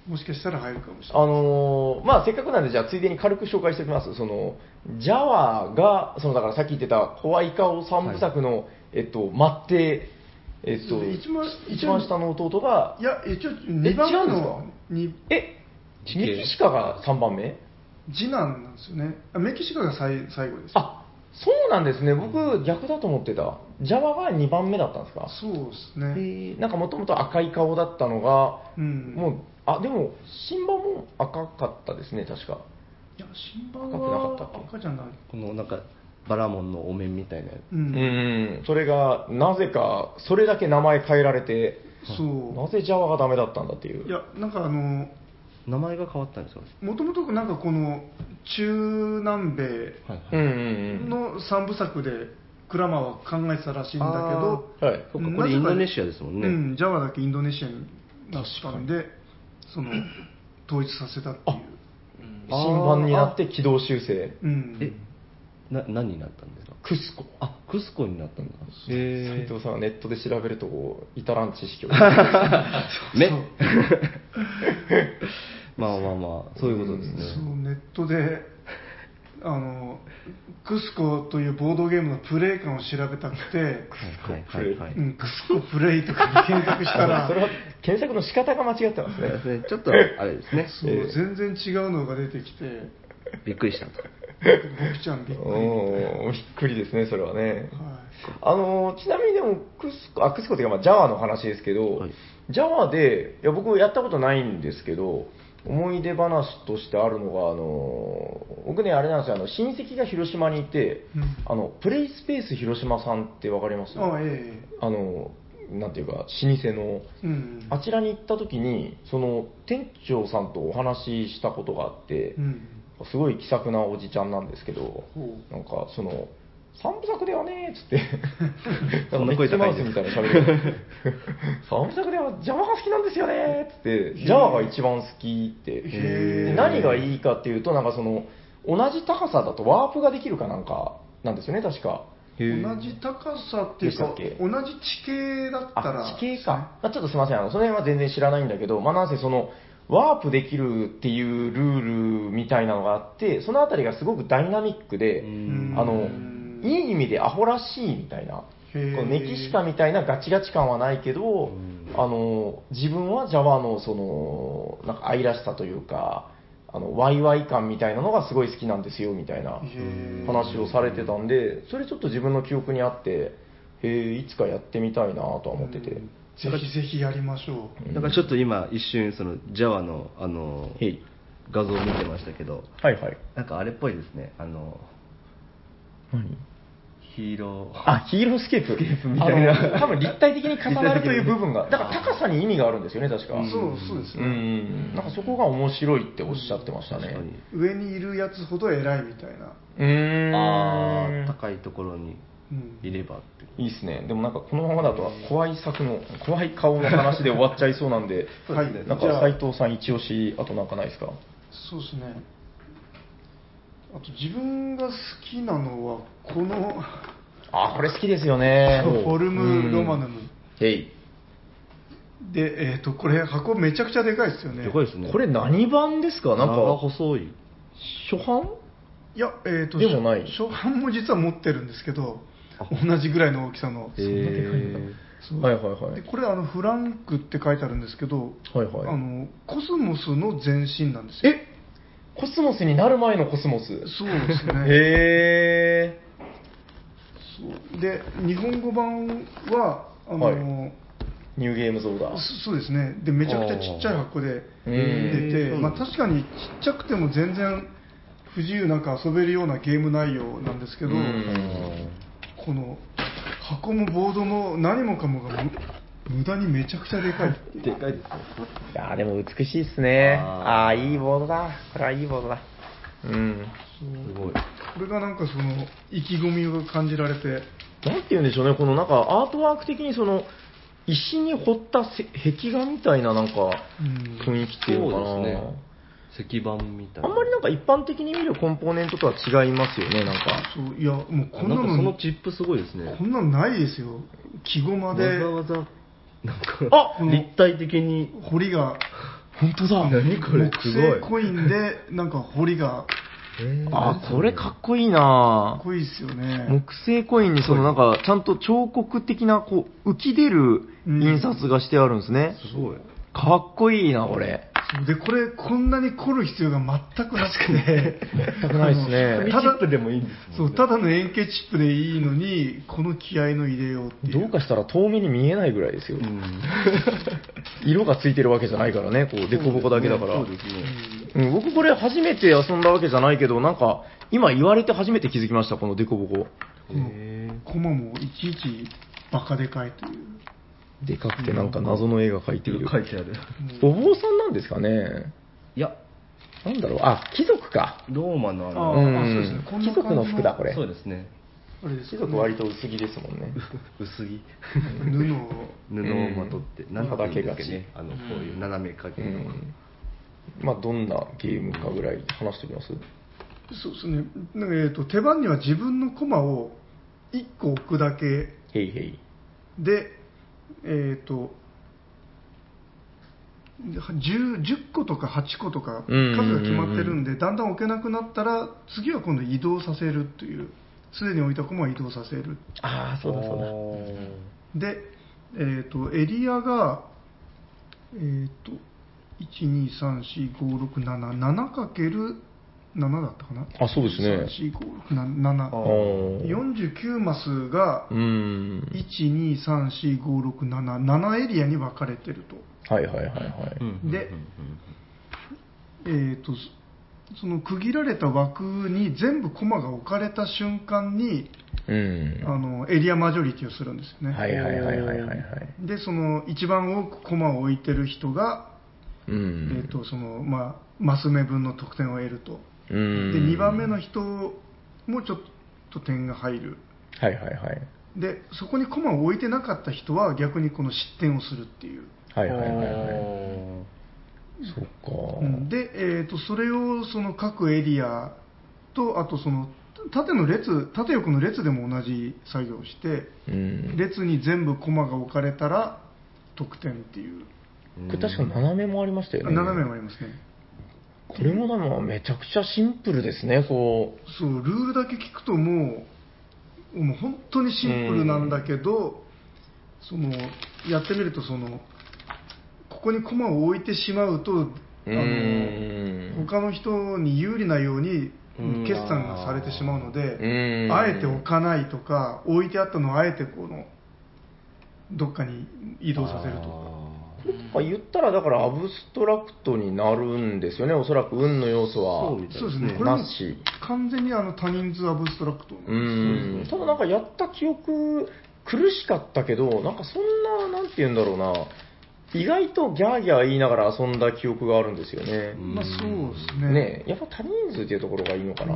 Speaker 3: もしかしたら入るかもしれない
Speaker 2: あのーまあ、せっかくなんで、じゃあ、ついでに軽く紹介しておきます。その、ジャワが、その、だからさっき言ってた、怖い顔三部作の、えっと、待って、えっ
Speaker 3: そう
Speaker 2: と、
Speaker 3: で一番
Speaker 2: 一番下の弟が
Speaker 3: い、や一応2番目のに
Speaker 2: え、メキシカが3番目
Speaker 3: 次男なんですよねあメキシカが最最後です
Speaker 2: あ、そうなんですね。僕、逆だと思ってた。ジャワが2番目だったんですか
Speaker 3: そうですね、
Speaker 2: へーなんかもともと赤い顔だったのが、
Speaker 3: うん
Speaker 2: もう、あ、でも、新版も赤かったですね、確か。
Speaker 3: いや新版
Speaker 2: 赤くなか
Speaker 3: は
Speaker 2: ったっけ
Speaker 3: 赤じゃない
Speaker 5: このなんか、バラモンのお面みたいなや
Speaker 3: う、
Speaker 2: うんん、それが、なぜか、それだけ名前変えられて、な
Speaker 3: そ
Speaker 2: ぜジャワがダメだったんだっていうう。
Speaker 3: いやなんかあの
Speaker 5: つ。名前が変わったんですか
Speaker 3: もともとなんかこの中南米
Speaker 5: はい
Speaker 2: うんうんうん。
Speaker 3: の三部作でクラマーは考えてたらしいんだけど
Speaker 2: はい。
Speaker 5: そっかこれインドネシアですもんね
Speaker 3: うん、ジャワだけインドネシアになったんでその統一させたっていう
Speaker 1: うん
Speaker 5: あー
Speaker 2: 新版になって軌道修正。
Speaker 3: うん
Speaker 5: え、な、何になったんですか
Speaker 2: クスコ。
Speaker 5: あ、クスコになったんだ。
Speaker 2: 斉藤さんはネットで調べるとこう、至らん知識を。
Speaker 3: *laughs*
Speaker 5: め *laughs* まあまあまあ、そういうことですね。
Speaker 3: そうネットであのクスコというボードゲームのプレイ感を調べたくて、
Speaker 5: はいはいはい。
Speaker 3: う
Speaker 5: は
Speaker 3: ん、クスコプレイとかで検索した
Speaker 2: *laughs*
Speaker 3: ら
Speaker 2: それは検索の仕方が間違ってますね。
Speaker 5: いちょっと、あれですね。
Speaker 3: そう、全然違うのが出てきて
Speaker 5: びっくりしたと。
Speaker 3: 僕ちゃ *laughs* んびっくりみたい
Speaker 2: おーびっくりですね、それはね。
Speaker 3: な、は
Speaker 2: あのーちなみにでも、クスコ、あ、クスコっていうか、まあ、ジャワの話ですけど、
Speaker 5: はい、
Speaker 2: ジャワで、いや、僕やったことないんですけど、思い出話としてあるのが、あの僕ね、あれなんですよあの、親戚が広島にいて、
Speaker 3: うん
Speaker 2: あのプレイスペース広島さんってわかります
Speaker 3: ああ、え
Speaker 2: あのなんていうか、老舗の、
Speaker 3: え。うん。
Speaker 2: あちらに行った時に、その店長さんとお話ししたことがあって、
Speaker 3: うん。
Speaker 2: すごい気さくなおじちゃんなんですけど、
Speaker 3: ほう
Speaker 2: なんかその、三部作ではねーっつって
Speaker 3: *laughs*
Speaker 5: そんな声高いん
Speaker 2: ミ
Speaker 5: です
Speaker 2: ッキ
Speaker 5: か
Speaker 2: ーマウスみたいな喋り方三部作ではジャワが好きなんですよねーっつって、ジャワが一番好きって。
Speaker 3: へ
Speaker 2: で
Speaker 3: ー
Speaker 2: 何がいいかっていうと、なんかその、同じ高さだとワープができるかなんか、なんですよね、確か。
Speaker 3: 同じ高さってい
Speaker 2: で
Speaker 3: うか、同
Speaker 2: したっけ
Speaker 3: じ地形だったら、
Speaker 2: あ、地形か。あちょっとすいません、あのその辺は全然知らないんだけど、まあ、なんせその、ワープできるっていうルールみたいなのがあって、そのあたりがすごくダイナミックで、
Speaker 5: うん
Speaker 2: あの
Speaker 3: うん、
Speaker 2: いい意味でアホらしいみたいな、
Speaker 3: へー
Speaker 2: このメキシカみたいなガチガチ感はないけど
Speaker 5: うん、
Speaker 2: あの自分は Java のそのなんか愛らしさというか、あのワイワイ感みたいなのがすごい好きなんですよみたいな
Speaker 3: へー
Speaker 2: 話をされてたんで、それちょっと自分の記憶にあって、へえ、いつかやってみたいなとは思ってて
Speaker 3: う。んぜひぜひやりましょ
Speaker 2: うん
Speaker 5: なんかちょっと今一瞬その Java のあの
Speaker 2: へい
Speaker 5: 画像を見てましたけど
Speaker 2: はいはい。
Speaker 5: なんかあれっぽいですねあの
Speaker 2: 何
Speaker 5: ヒーロー
Speaker 2: あ、ヒーロースケープ。スケープ
Speaker 5: みたいな
Speaker 2: 多分立体的に重なるという部 *laughs* 分が、だから高さに意味があるんですよね、確か。
Speaker 3: う。そう、そうです
Speaker 2: う
Speaker 3: ね。
Speaker 2: ん、なんかそこが面白いっておっしゃってましたね。
Speaker 5: 確かに
Speaker 3: 上にいるやつほど偉いみたいな。
Speaker 2: うーん。
Speaker 5: あー高いところに
Speaker 3: うん。
Speaker 5: いればって
Speaker 2: いいですね。でもなんかこのままだと怖い作の、怖い顔の話で終わっちゃいそうなんで、
Speaker 3: はい
Speaker 2: なん
Speaker 3: じゃ
Speaker 2: か
Speaker 3: あ
Speaker 2: 斎藤さん一押し、あとなんかないですか
Speaker 3: そうですね。あと自分が好きなのは、この、 *laughs*
Speaker 2: あー、これ好きですよね。
Speaker 3: そうフォルムロマヌ
Speaker 2: ム。
Speaker 3: ム。
Speaker 2: へい。
Speaker 3: で、えっ、と、これ箱めちゃくちゃでかいですよね。
Speaker 5: でかいですね
Speaker 2: これ何版ですかなんか、
Speaker 5: 長細い
Speaker 2: 初版
Speaker 3: いや、えっ、と、
Speaker 2: でもない
Speaker 3: 初版も実は持ってるんですけど
Speaker 5: あ、
Speaker 3: 同じぐらいの大きさの。
Speaker 5: え
Speaker 3: そう
Speaker 2: はいはいはい
Speaker 3: でこれあのフランクって書いてあるんですけど、
Speaker 2: はいはい
Speaker 3: あのコスモスの前身なんですよ
Speaker 2: えコスモスになる前のコスモス。
Speaker 3: そうですね
Speaker 2: へ
Speaker 3: そうで日本語版はあの、
Speaker 2: はー。ニューゲーム像だ。
Speaker 3: そそうですねでめちゃくちゃちっちゃい箱で
Speaker 2: うん
Speaker 3: 出て
Speaker 5: へー
Speaker 3: まあ、確かにちっちゃくても全然不自由なく遊べるようなゲーム内容なんですけど、
Speaker 2: うん
Speaker 3: この箱もボードも何もかもがむ無駄にめちゃくちゃでかいっていう
Speaker 5: でかいですね
Speaker 2: いやーでも美しいっすね。あ
Speaker 5: あ
Speaker 2: あ
Speaker 5: ー
Speaker 2: ー、いいボードだ。これはいいボードだ。うん。
Speaker 5: すごい
Speaker 3: これがなんかその意気込みを感じられて
Speaker 2: なんて言うんでしょうね、このなんかアートワーク的にその、石に彫ったせ壁画みたいななんか
Speaker 3: うん
Speaker 2: 雰囲気っていうのかな。
Speaker 5: そうですね石板みたい
Speaker 2: あ
Speaker 5: なん
Speaker 2: まりなんか一般的に見るコンポーネントとは違いますよね、なんか。
Speaker 3: そういやもうこん
Speaker 5: な
Speaker 3: なん
Speaker 5: か
Speaker 3: の
Speaker 5: そのチップすごいですね
Speaker 3: こんなのないですよ木
Speaker 5: わ
Speaker 3: 駒
Speaker 5: ざ
Speaker 3: で
Speaker 5: わざなんか
Speaker 2: あ
Speaker 3: うん
Speaker 5: 立体的に
Speaker 3: 彫りが本当だ
Speaker 5: 何これ
Speaker 3: 木
Speaker 5: すご
Speaker 3: 製
Speaker 5: い
Speaker 3: コインでなんか彫りが
Speaker 2: あー、これかっこいい
Speaker 3: か
Speaker 2: な
Speaker 3: っこいいですよね
Speaker 2: 木製コインにそのなんか、ちゃんと彫刻的な、こう、浮き出る印刷がしてあるんですね。
Speaker 5: すごい
Speaker 2: かっこいいな、これ。
Speaker 3: そうでこれこんなに凝る必要が全くなくて
Speaker 2: 全くないですね
Speaker 3: ただ
Speaker 5: でもいいんです
Speaker 3: そうただの円形チップでいいのにこの気合の入れようっていう
Speaker 2: どうかしたら遠目に見えないぐらいですよ。 *laughs* 色がついてるわけじゃないからね、こう、凸凹だけだから。
Speaker 5: そうですね
Speaker 2: うん、僕これ初めて遊んだわけじゃないけど、なんか、今言われて初めて気づきました、この凸凹。
Speaker 3: この駒もいちいちバカでかいという
Speaker 2: でかくてなんか謎の絵が描いている。
Speaker 5: 書いてある
Speaker 2: お坊さんなんですかね
Speaker 5: いや
Speaker 2: なんだろう、あ、貴族か。
Speaker 5: ローマのあ
Speaker 3: あ
Speaker 5: の
Speaker 3: ー
Speaker 2: うん
Speaker 3: そうですねこんな
Speaker 2: 貴
Speaker 3: 感
Speaker 2: 族
Speaker 3: じの
Speaker 2: の服だ、これ。
Speaker 5: そうですね
Speaker 3: あれです
Speaker 2: 貴
Speaker 3: よね
Speaker 2: 族割と薄着ですもんね。
Speaker 5: 薄着
Speaker 3: 布を
Speaker 5: 布をまとって、
Speaker 2: うん
Speaker 5: なんていうんです
Speaker 2: 肩掛
Speaker 5: か
Speaker 2: けがち
Speaker 5: ねあのこういう斜め掛
Speaker 2: う
Speaker 5: けの、
Speaker 2: ん。まあ、どんなゲームかぐらい話しておきます
Speaker 3: そうですね、なんかえー、と手番には自分の駒を1個置くだけ
Speaker 2: へいへい。
Speaker 3: で、えー、と 10, 10個とか8個とか
Speaker 2: うんうんうん
Speaker 3: 数が決まってるんで、だんだん置けなくなったら次は今度移動させるというすでに置いた駒を移動させる
Speaker 2: ああ、そうだそうだ。
Speaker 3: で、えー、とエリアが、えー、と1234567 7×7 だったかな
Speaker 2: あ、そうですね。
Speaker 3: 34567
Speaker 2: ー
Speaker 3: 49マスが
Speaker 2: うん。
Speaker 3: 1234567エリアに分かれてると
Speaker 2: はいはいはいはい。
Speaker 5: うん
Speaker 3: で
Speaker 5: うん
Speaker 3: えー、とそその区切られた枠に全部コマが置かれた瞬間に
Speaker 2: うん。
Speaker 3: あのエリアマジョリティをするんですよね、
Speaker 2: はいはいはいはいはいはい。
Speaker 3: でその一番多くコマを置いてる人が、
Speaker 2: う
Speaker 3: え
Speaker 2: ん
Speaker 3: ー。とそのまあ、マス目分の得点を得ると
Speaker 2: で、
Speaker 3: で2番目の人もちょっと点が入る
Speaker 2: はいはいはい。
Speaker 3: でそこにコマを置いてなかった人は逆にこの失点をするっていう、
Speaker 2: はいはいはいはい。そっか。
Speaker 3: うんで、えー、とそれをその各エリアとあとその縦の列縦横の列でも同じ作業をして
Speaker 2: うん。
Speaker 3: 列に全部コマが置かれたら得点っていう、
Speaker 2: これ確か斜めもありましたよね。
Speaker 3: 斜めもありますね
Speaker 2: これもでもめちゃくちゃシンプルですね、こ
Speaker 3: そうルールだけ聞くともうもう本当にシンプルなんだけど、そのやってみるとそのここにコマを置いてしまうとあ
Speaker 2: う。
Speaker 3: の
Speaker 2: ん。
Speaker 3: 他の人に有利なように
Speaker 5: うん
Speaker 3: 決算がされてしまうので
Speaker 2: うん
Speaker 3: あえて置かないとか置いてあったのをあえてこのどっかに移動させるとか
Speaker 2: まあ言ったらだからアブストラクトになるんですよね、おそらく運の要素は。
Speaker 5: そうみたい
Speaker 3: そうですねこれも
Speaker 2: なし。
Speaker 3: 完全にあの多人数アブストラクトなんです
Speaker 2: う
Speaker 3: よ
Speaker 2: ん。ただなんかやった記憶、苦しかったけど、なんかそんな、なんて言うんだろうな、意外とギャーギャー言いながら遊んだ記憶があるんですよね。
Speaker 3: まあそうですね
Speaker 2: ねやっぱ多人数っていうところがいいのかな。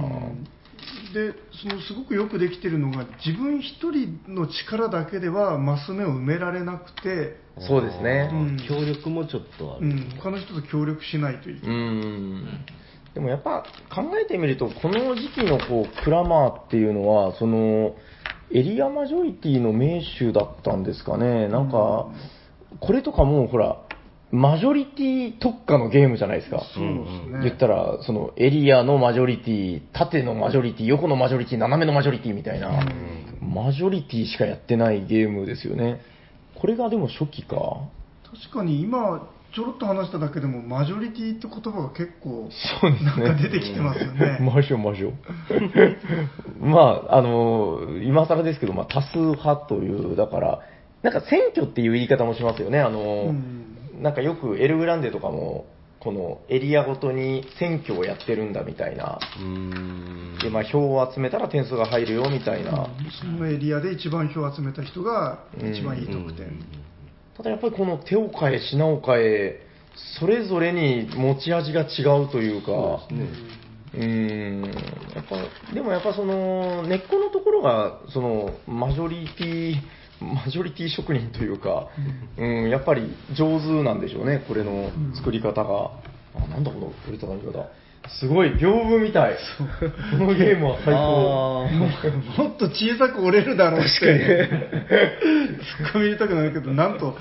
Speaker 3: でそのすごくよくできてるのが自分一人の力だけではマス目を埋められなくて、
Speaker 2: そうですね
Speaker 5: あー
Speaker 3: うん
Speaker 5: 協力もちょっとあ
Speaker 3: う
Speaker 5: る、
Speaker 3: ん、他の人と協力しないという
Speaker 2: う、ん。でもやっぱ考えてみると、この時期のこうクラマーっていうのは、そのエリアマジョリティの名手だったんですかね、なんか、これとかもうほら、マジョリティ特化のゲームじゃないですか。
Speaker 3: そうですね
Speaker 2: 言ったら、そのエリアのマジョリティ、縦のマジョリティ、横のマジョリティ、斜めのマジョリティみたいな、マジョリティしかやってないゲームですよね。これがでも初期か。
Speaker 3: 確かに今ちょろっと話しただけでもマジョリティって言葉が結構
Speaker 2: そうですね。
Speaker 3: なんか出てきてます
Speaker 2: *laughs*
Speaker 3: よね、
Speaker 2: マジョマジョ。まあ、あの今更ですけど、まあ、多数派という、だから、なんか選挙っていう言い方もしますよね。あの
Speaker 3: うん
Speaker 2: なんかよくエルグランデとかも、このエリアごとに選挙をやってるんだみたいな。
Speaker 5: うん
Speaker 2: で、まあ、票を集めたら点数が入るよみたいな。
Speaker 3: そのエリアで一番票を集めた人が一番いい得点、
Speaker 2: ただやっぱりこの手を変え、品を変え、それぞれに持ち味が違うというか、
Speaker 5: そうですね
Speaker 2: うーんやっぱでもやっぱその根っこのところがそのマジョリティマジョリティ職人というか、うん、やっぱり上手なんでしょうね、これの作り方が。あなんだこの折りたたみ方。すごい、屏風みたい。このゲームは最高。
Speaker 3: もっと小さく折れるだろうって、突っ込み入れたくなるけど、なんと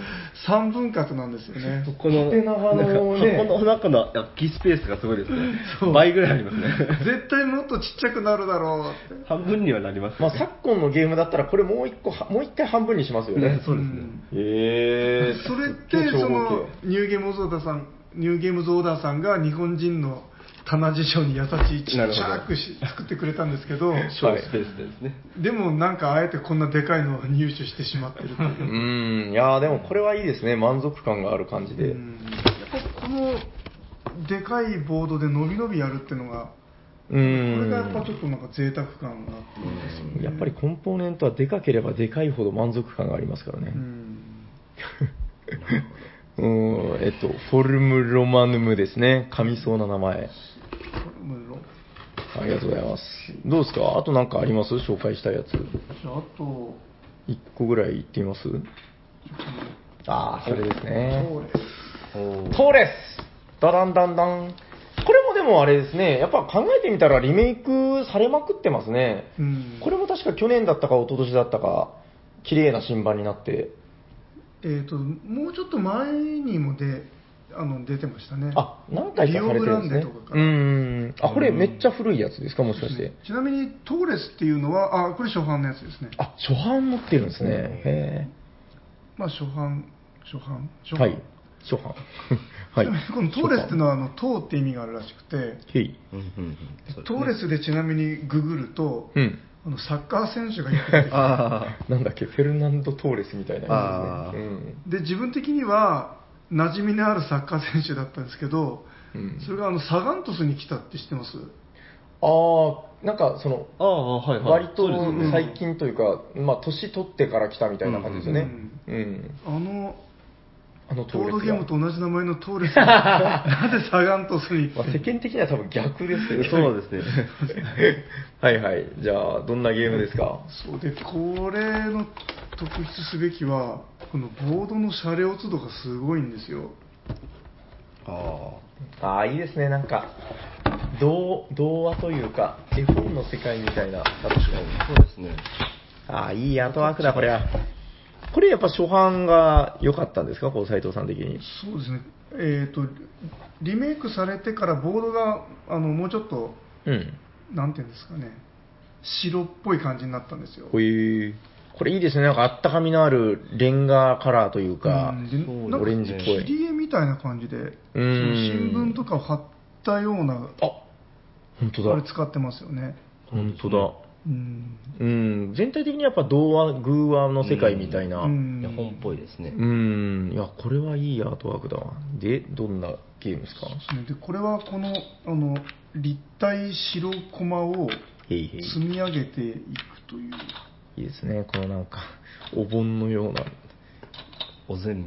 Speaker 3: 3分割なんですよね。
Speaker 5: この
Speaker 2: 縦長のね
Speaker 5: なんか箱の中の空きスペースがすごいですね倍ぐらいありますね
Speaker 3: *laughs* 絶対もっとちっちゃくなるだろうって。
Speaker 5: 半分にはなります
Speaker 2: ま
Speaker 5: ね、
Speaker 2: あ、昨今のゲームだったら、これもう一個は、もう一回半分にしますよ *laughs* ね
Speaker 5: ね。そうですね、
Speaker 2: へー
Speaker 3: それって、
Speaker 2: 超
Speaker 3: その
Speaker 2: 合計
Speaker 3: ニューゲームゾーダーさん、ニューゲームゾーダーさんが日本人の棚辞書に優しいちっち
Speaker 5: なるほど
Speaker 3: ゃくし作ってくれたんですけど、
Speaker 5: 小スペースですね、
Speaker 3: でもなんかあえてこんなでかいのを入手してしまってるというう。
Speaker 2: ん、いやーでもこれはいいですね。満足感がある感じで。
Speaker 3: うんやっぱこのでかいボードでのびのびやるっていうのが、
Speaker 2: う
Speaker 3: こ
Speaker 2: ん。
Speaker 3: れがやっぱちょっとなんか贅沢感があって。
Speaker 2: やっぱりコンポーネントはでかければでかいほど満足感がありますからね。 *laughs* うん、えっと、フォルム・ロマヌムですね。噛みそうな名前。
Speaker 3: うんロ
Speaker 2: ありがとうございます。どうですかあとなんかあります紹介したいやつ。
Speaker 3: じゃああと、
Speaker 2: 一個ぐらい言ってみますああ、それですね。
Speaker 3: そうで
Speaker 2: トーレスダダンダンダン。これもでもあれですね、やっぱ考えてみたらリメイクされまくってますね。
Speaker 3: うん
Speaker 2: これも確か去年だったか一昨年だったか、綺麗な新版になって。
Speaker 3: えー、ともうちょっと前にもであの出てましたね
Speaker 2: あ、何回かされてるんです
Speaker 3: リオグランデ
Speaker 2: ね
Speaker 3: とか。
Speaker 2: うん。
Speaker 3: から
Speaker 2: あ、これめっちゃ古いやつですかもしかして。
Speaker 3: ちなみにトーレスっていうのはあこれ初版のやつですね
Speaker 2: あ、初版持ってるんですね。へ
Speaker 3: まあ初版初版初
Speaker 2: え。
Speaker 3: 版、
Speaker 2: はい。初版。 *laughs* はい
Speaker 3: ちなみに。このトーレスっていうのはあのトーって意味があるらしくて
Speaker 2: へい。
Speaker 5: うんうんうんそうです
Speaker 3: トーレスでちなみにググると、
Speaker 2: うん。
Speaker 3: あのサッカー選手がよく出てきて
Speaker 5: あ
Speaker 2: なんだっけ、フェルナンド・トーレスみたいなやつですね。
Speaker 3: で自分的には馴染みのあるサッカー選手だったんですけど、
Speaker 2: ううん
Speaker 3: それがあのサガン鳥栖に来たって知ってます
Speaker 2: ああ、なんかその、
Speaker 5: ああ、はいはい。
Speaker 2: 割と
Speaker 5: そうですね
Speaker 2: 最近というか、まあ、年取ってから来たみたいな感じですよね。うん。
Speaker 3: あの
Speaker 2: あの
Speaker 3: ボ
Speaker 2: 登
Speaker 3: ード
Speaker 2: 録
Speaker 3: ゲームと同じ名前のトーレス
Speaker 2: *laughs*
Speaker 3: がなぜサガン鳥栖に
Speaker 2: まあ、世間的には多分逆です *laughs* よね。
Speaker 5: そうですね。
Speaker 2: はいはい。じゃあ、どんなゲームですか
Speaker 3: そうでこれの特筆すべきはこのボードの車両都度がすごいんですよ
Speaker 4: あ
Speaker 2: ああ、いいですね。なんか、童童話というか、絵本の世界みたいな。確か
Speaker 4: あ。そうですね。
Speaker 2: ああ、いいアートワークだ、これは。これやっぱ初版が良かったんですかこう、斎藤さん的に。
Speaker 3: そうですねえっ、とリメイクされてからボードがあのもうちょっと
Speaker 2: うん。
Speaker 3: なんていうんですかね白っぽい感じになったんですよ
Speaker 2: こういう、これいいですね。なんかあったかみのあるレンガカラーというか、
Speaker 3: うんで
Speaker 4: そう
Speaker 3: なん
Speaker 2: オ
Speaker 3: か
Speaker 2: レンジっぽ
Speaker 3: 切
Speaker 2: い。
Speaker 3: り絵みたいな感じで、その新聞とかを貼ったような
Speaker 2: あ本当
Speaker 3: あれ
Speaker 2: だ。
Speaker 3: 使ってますよね、
Speaker 2: 本当だ。
Speaker 3: うん、
Speaker 2: うん、全体的にやっぱ童話、偶話の世界みたいな。
Speaker 3: う
Speaker 2: うん、
Speaker 3: ん
Speaker 4: いや、本っぽいですね。
Speaker 2: いや、これはいいアートワークだわ。で、どんなゲームですか
Speaker 3: そうですねでこれはこのあの立体白駒を
Speaker 2: へいへい。
Speaker 3: 積み上げていくという、
Speaker 2: いいですね。このなんか、お盆のような。
Speaker 4: おぜ
Speaker 2: ね、
Speaker 4: ん、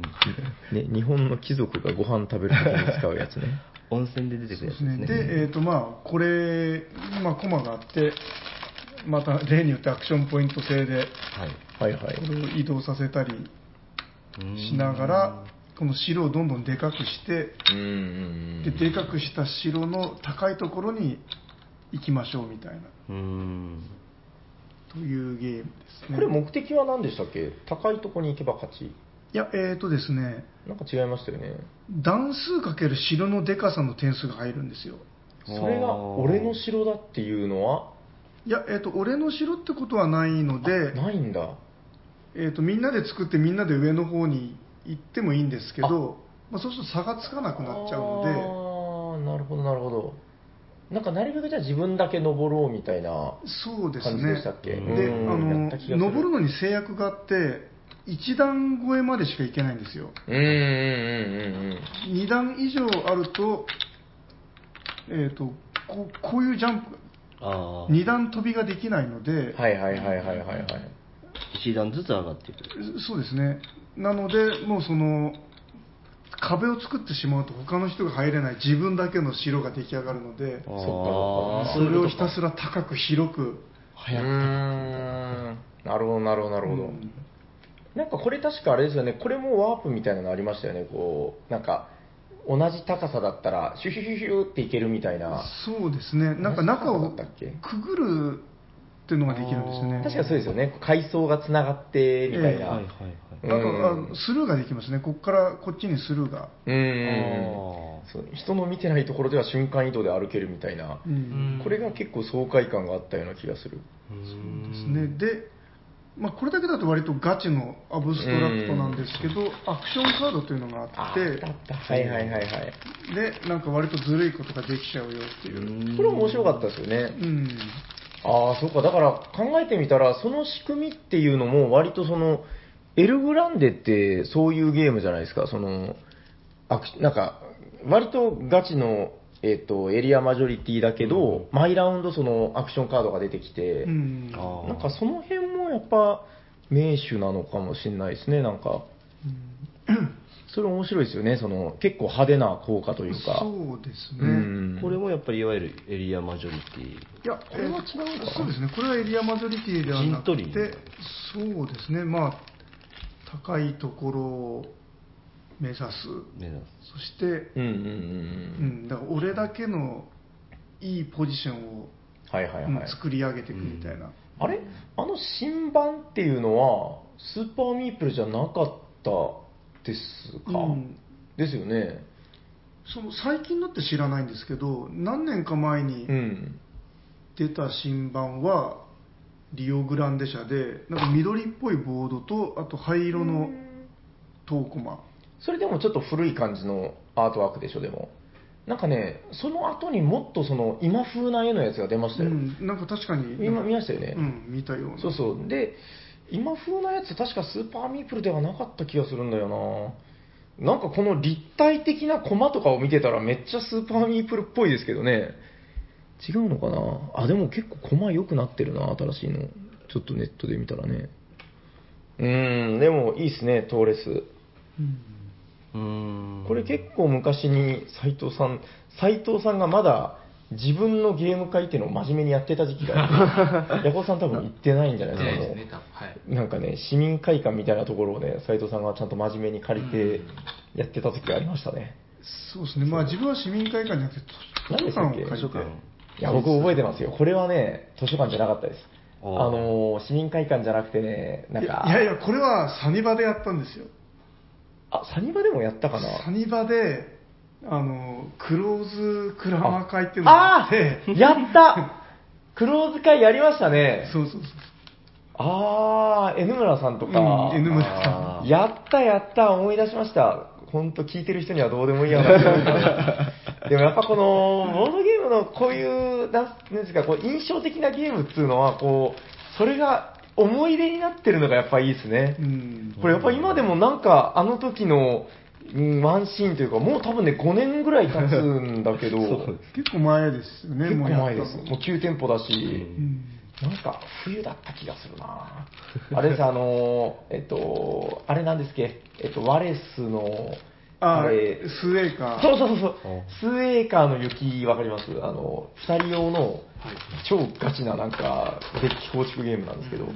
Speaker 2: 日本の貴族がご飯食べる時に使うやつ
Speaker 3: *laughs*
Speaker 2: ね。
Speaker 4: 温泉で出てく
Speaker 3: そうで
Speaker 4: るやつ
Speaker 3: す
Speaker 4: です
Speaker 3: ね
Speaker 4: ね。
Speaker 3: で、えーとまあ、これ、今、駒があって、また例によってアクションポイント制で、
Speaker 4: は
Speaker 2: はいはい
Speaker 3: こ。れを移動させたり
Speaker 4: い。
Speaker 3: しながら、この白をどんどんでかくして、
Speaker 2: うんうん
Speaker 3: ででかくした城の高いところに行きましょうみたいな
Speaker 4: うーん。
Speaker 3: というゲームですね
Speaker 2: これ目的は何でしたっけ高いとこに行けば勝ち。
Speaker 3: いやえー、とですね
Speaker 2: なんか違いましたよね。
Speaker 3: 段数かける城のでかさの点数が入るんですよ
Speaker 2: それが俺の城だっていうのはい
Speaker 3: やえー、と俺の城ってことはないので、
Speaker 2: ないんだ。
Speaker 3: えー、とみんなで作ってみんなで上の方に行ってもいいんですけどまあ、そうすると差がつかなくなっちゃうの
Speaker 2: あーなるほどなるほどなんかなるべくじゃあ自分だけ登ろうみたいな
Speaker 3: でそうです
Speaker 2: 感じ
Speaker 3: ね
Speaker 2: でしたっけ
Speaker 4: そう
Speaker 3: であ
Speaker 2: うんや
Speaker 3: の
Speaker 2: った気がす
Speaker 3: 登るのに制約があって1段越えまでしか行けないんですよ
Speaker 2: うんうんうんうんうん
Speaker 3: 2段以上あると,、えー、とこうこういうジャンプ
Speaker 4: ああ。
Speaker 3: 2段飛びができないので、
Speaker 2: はいはいはいはいはいはい
Speaker 4: 一段ずつ上がっていく。
Speaker 3: そうですねなのでもうその壁を作ってしまうと他の人が入れない自分だけの城が出来上がるので
Speaker 4: あ
Speaker 2: っかそっか
Speaker 4: ー
Speaker 3: それをひたすら高く広く
Speaker 2: うーんなるほどなるほどなるほど、
Speaker 3: うん
Speaker 2: なんかこれ確かあれですよねこれもワープみたいなのありましたよねこうなんか同じ高さだったらシュシュシュシュっていけるみたいな
Speaker 3: そうですねなんか中
Speaker 2: 同
Speaker 3: を
Speaker 2: じ高さだったっけ
Speaker 3: くぐるっていうのができるんですよね
Speaker 2: 確かそうですよね階層がつながってみたいな、
Speaker 4: はいはいはい。
Speaker 3: あとあ
Speaker 2: うん
Speaker 3: のスルーができますねここからこっちにスルーが、
Speaker 2: うん
Speaker 4: あ
Speaker 2: そう人の見てないところでは瞬間移動で歩けるみたいな、
Speaker 3: うん
Speaker 2: これが結構爽快感があったような気がする
Speaker 4: ーうーん
Speaker 3: ですねで、まあ、これだけだと割とガチのアブストラクトなんですけど、アクションカードというのがあ
Speaker 2: あ
Speaker 3: っ
Speaker 2: ー
Speaker 3: て
Speaker 2: あったはいはいはいはい
Speaker 3: でなんか割とずるいことができちゃうよっていうう、
Speaker 4: ーん
Speaker 2: これ面白かったですよ
Speaker 3: う
Speaker 2: ね、
Speaker 3: ん、
Speaker 2: ああそうかだから考えてみたらその仕組みっていうのも割とそのエルグランデってそういうゲームじゃないですかそのアクなんか割とガチのえっとエリアマジョリティだけど、毎ラウンドそのアクションカードが出てきて、
Speaker 3: うん
Speaker 4: あー
Speaker 2: なんかその辺もやっぱ名手なのかもしれないですね、なんか。それ面白いですよね、その結構派手な効果というか。
Speaker 3: そうですね、
Speaker 2: うん
Speaker 4: これもやっぱりいわゆるエリアマジョリティ。
Speaker 3: いや
Speaker 2: これは違うのかな
Speaker 3: えーそうですねこれはエリアマジョリティではなくて
Speaker 4: 陣取り
Speaker 3: そうですねまあ高いところを目指す
Speaker 4: 目指す。
Speaker 3: そして、
Speaker 2: うんうんう
Speaker 3: うんん、だから俺だけのいいポジション
Speaker 2: う
Speaker 3: を
Speaker 2: ん。はいはいは
Speaker 3: うん
Speaker 2: い。
Speaker 3: 作り上げていくみたいな、
Speaker 2: あれあの新版っていうのは、スーパーミープルじゃなかったですか、
Speaker 3: うん
Speaker 2: ですよね。
Speaker 3: その最近のって知らないんですけど何年か前に
Speaker 2: うん。
Speaker 3: 出た新版はリオグランデ社でなんか緑っぽいボードとあと灰色のトーコマ
Speaker 2: それでもちょっと古い感じのアートワークでしょ、でも。なんかね、その後にもっとその今風な絵のやつが出まし
Speaker 3: う
Speaker 2: たよ。
Speaker 3: ん、なんか確かに
Speaker 2: 見ま見ましたよね、
Speaker 3: うん、見たような
Speaker 2: そうそうで今風なやつ確かスーパーミープルではなかった気がするんだよなんかこの立体的なコマとかを見てたらめっちゃスーパーミープルっぽいですけどね。違うのかなあ、でも結構コマ良くなってるな、新しいの。ちょっとネットで見たらね。うーん、でもいいっすね、トーレス。
Speaker 4: うーん
Speaker 2: これ結構昔に斎藤さん、斎藤さんがまだ自分のゲーム会っていうのを真面目にやってた時期が *laughs* ある。ヤコさん多分行ってないんじゃない
Speaker 1: じゃないです
Speaker 2: もう
Speaker 1: ね、多分。はい。
Speaker 2: なんかね、市民会館みたいなところをね、斉藤さんがちゃんと真面目に借りてやってた時がありましたね。
Speaker 3: そうですね、まあ自分は市民会館じゃなくて、図書館を借りて、
Speaker 2: 何でしたっけ図書館いや、僕覚えてますよ。これはね、図書館じゃなかったです。あ
Speaker 4: あー
Speaker 2: のー市民会館じゃなくてね、なん
Speaker 3: いや
Speaker 2: か、
Speaker 3: いやいや、これはサニバでやったんですよ。
Speaker 2: あ、サニバでもやったかな
Speaker 3: サニバで、あの、クローズクラマー会っていうのがあ
Speaker 2: あ
Speaker 3: っ
Speaker 2: あ
Speaker 3: て、
Speaker 2: ーやったクローズ会やりましたね。
Speaker 3: そうそうそう。
Speaker 2: あー、N 村さんとか。
Speaker 3: うん N 村さ
Speaker 4: あー
Speaker 2: やったやった、思い出しました。ほんと聞いてる人にはどうでもいいや
Speaker 3: *laughs*
Speaker 2: な。でもやっぱこの、ボードゲームのこういう、なんなんですか、こう印象的なゲームっていうのは、こう、それが思い出になってるのがやっぱいいですね
Speaker 3: ん。う。ん。
Speaker 2: これやっぱ今でもなんか、あの時の、うんワンシーンというか、もう多分ね、5年ぐらい経つんだけ
Speaker 3: *laughs*
Speaker 2: ど、
Speaker 3: 結構前ですよね、
Speaker 2: 結構
Speaker 3: うやったの
Speaker 2: 前です。もう9店舗だし、
Speaker 3: うん
Speaker 2: なんか冬だった気がするなあれです、あのー、えっと、あれなんですっけ、えっと、ワレスの、
Speaker 3: あ
Speaker 2: あれ、
Speaker 3: スウェーカー。
Speaker 2: そうそうそうそう、スウェーカーの雪、わかりますあの、二人用の超ガチななんか、デッキ構築ゲームなんですけど、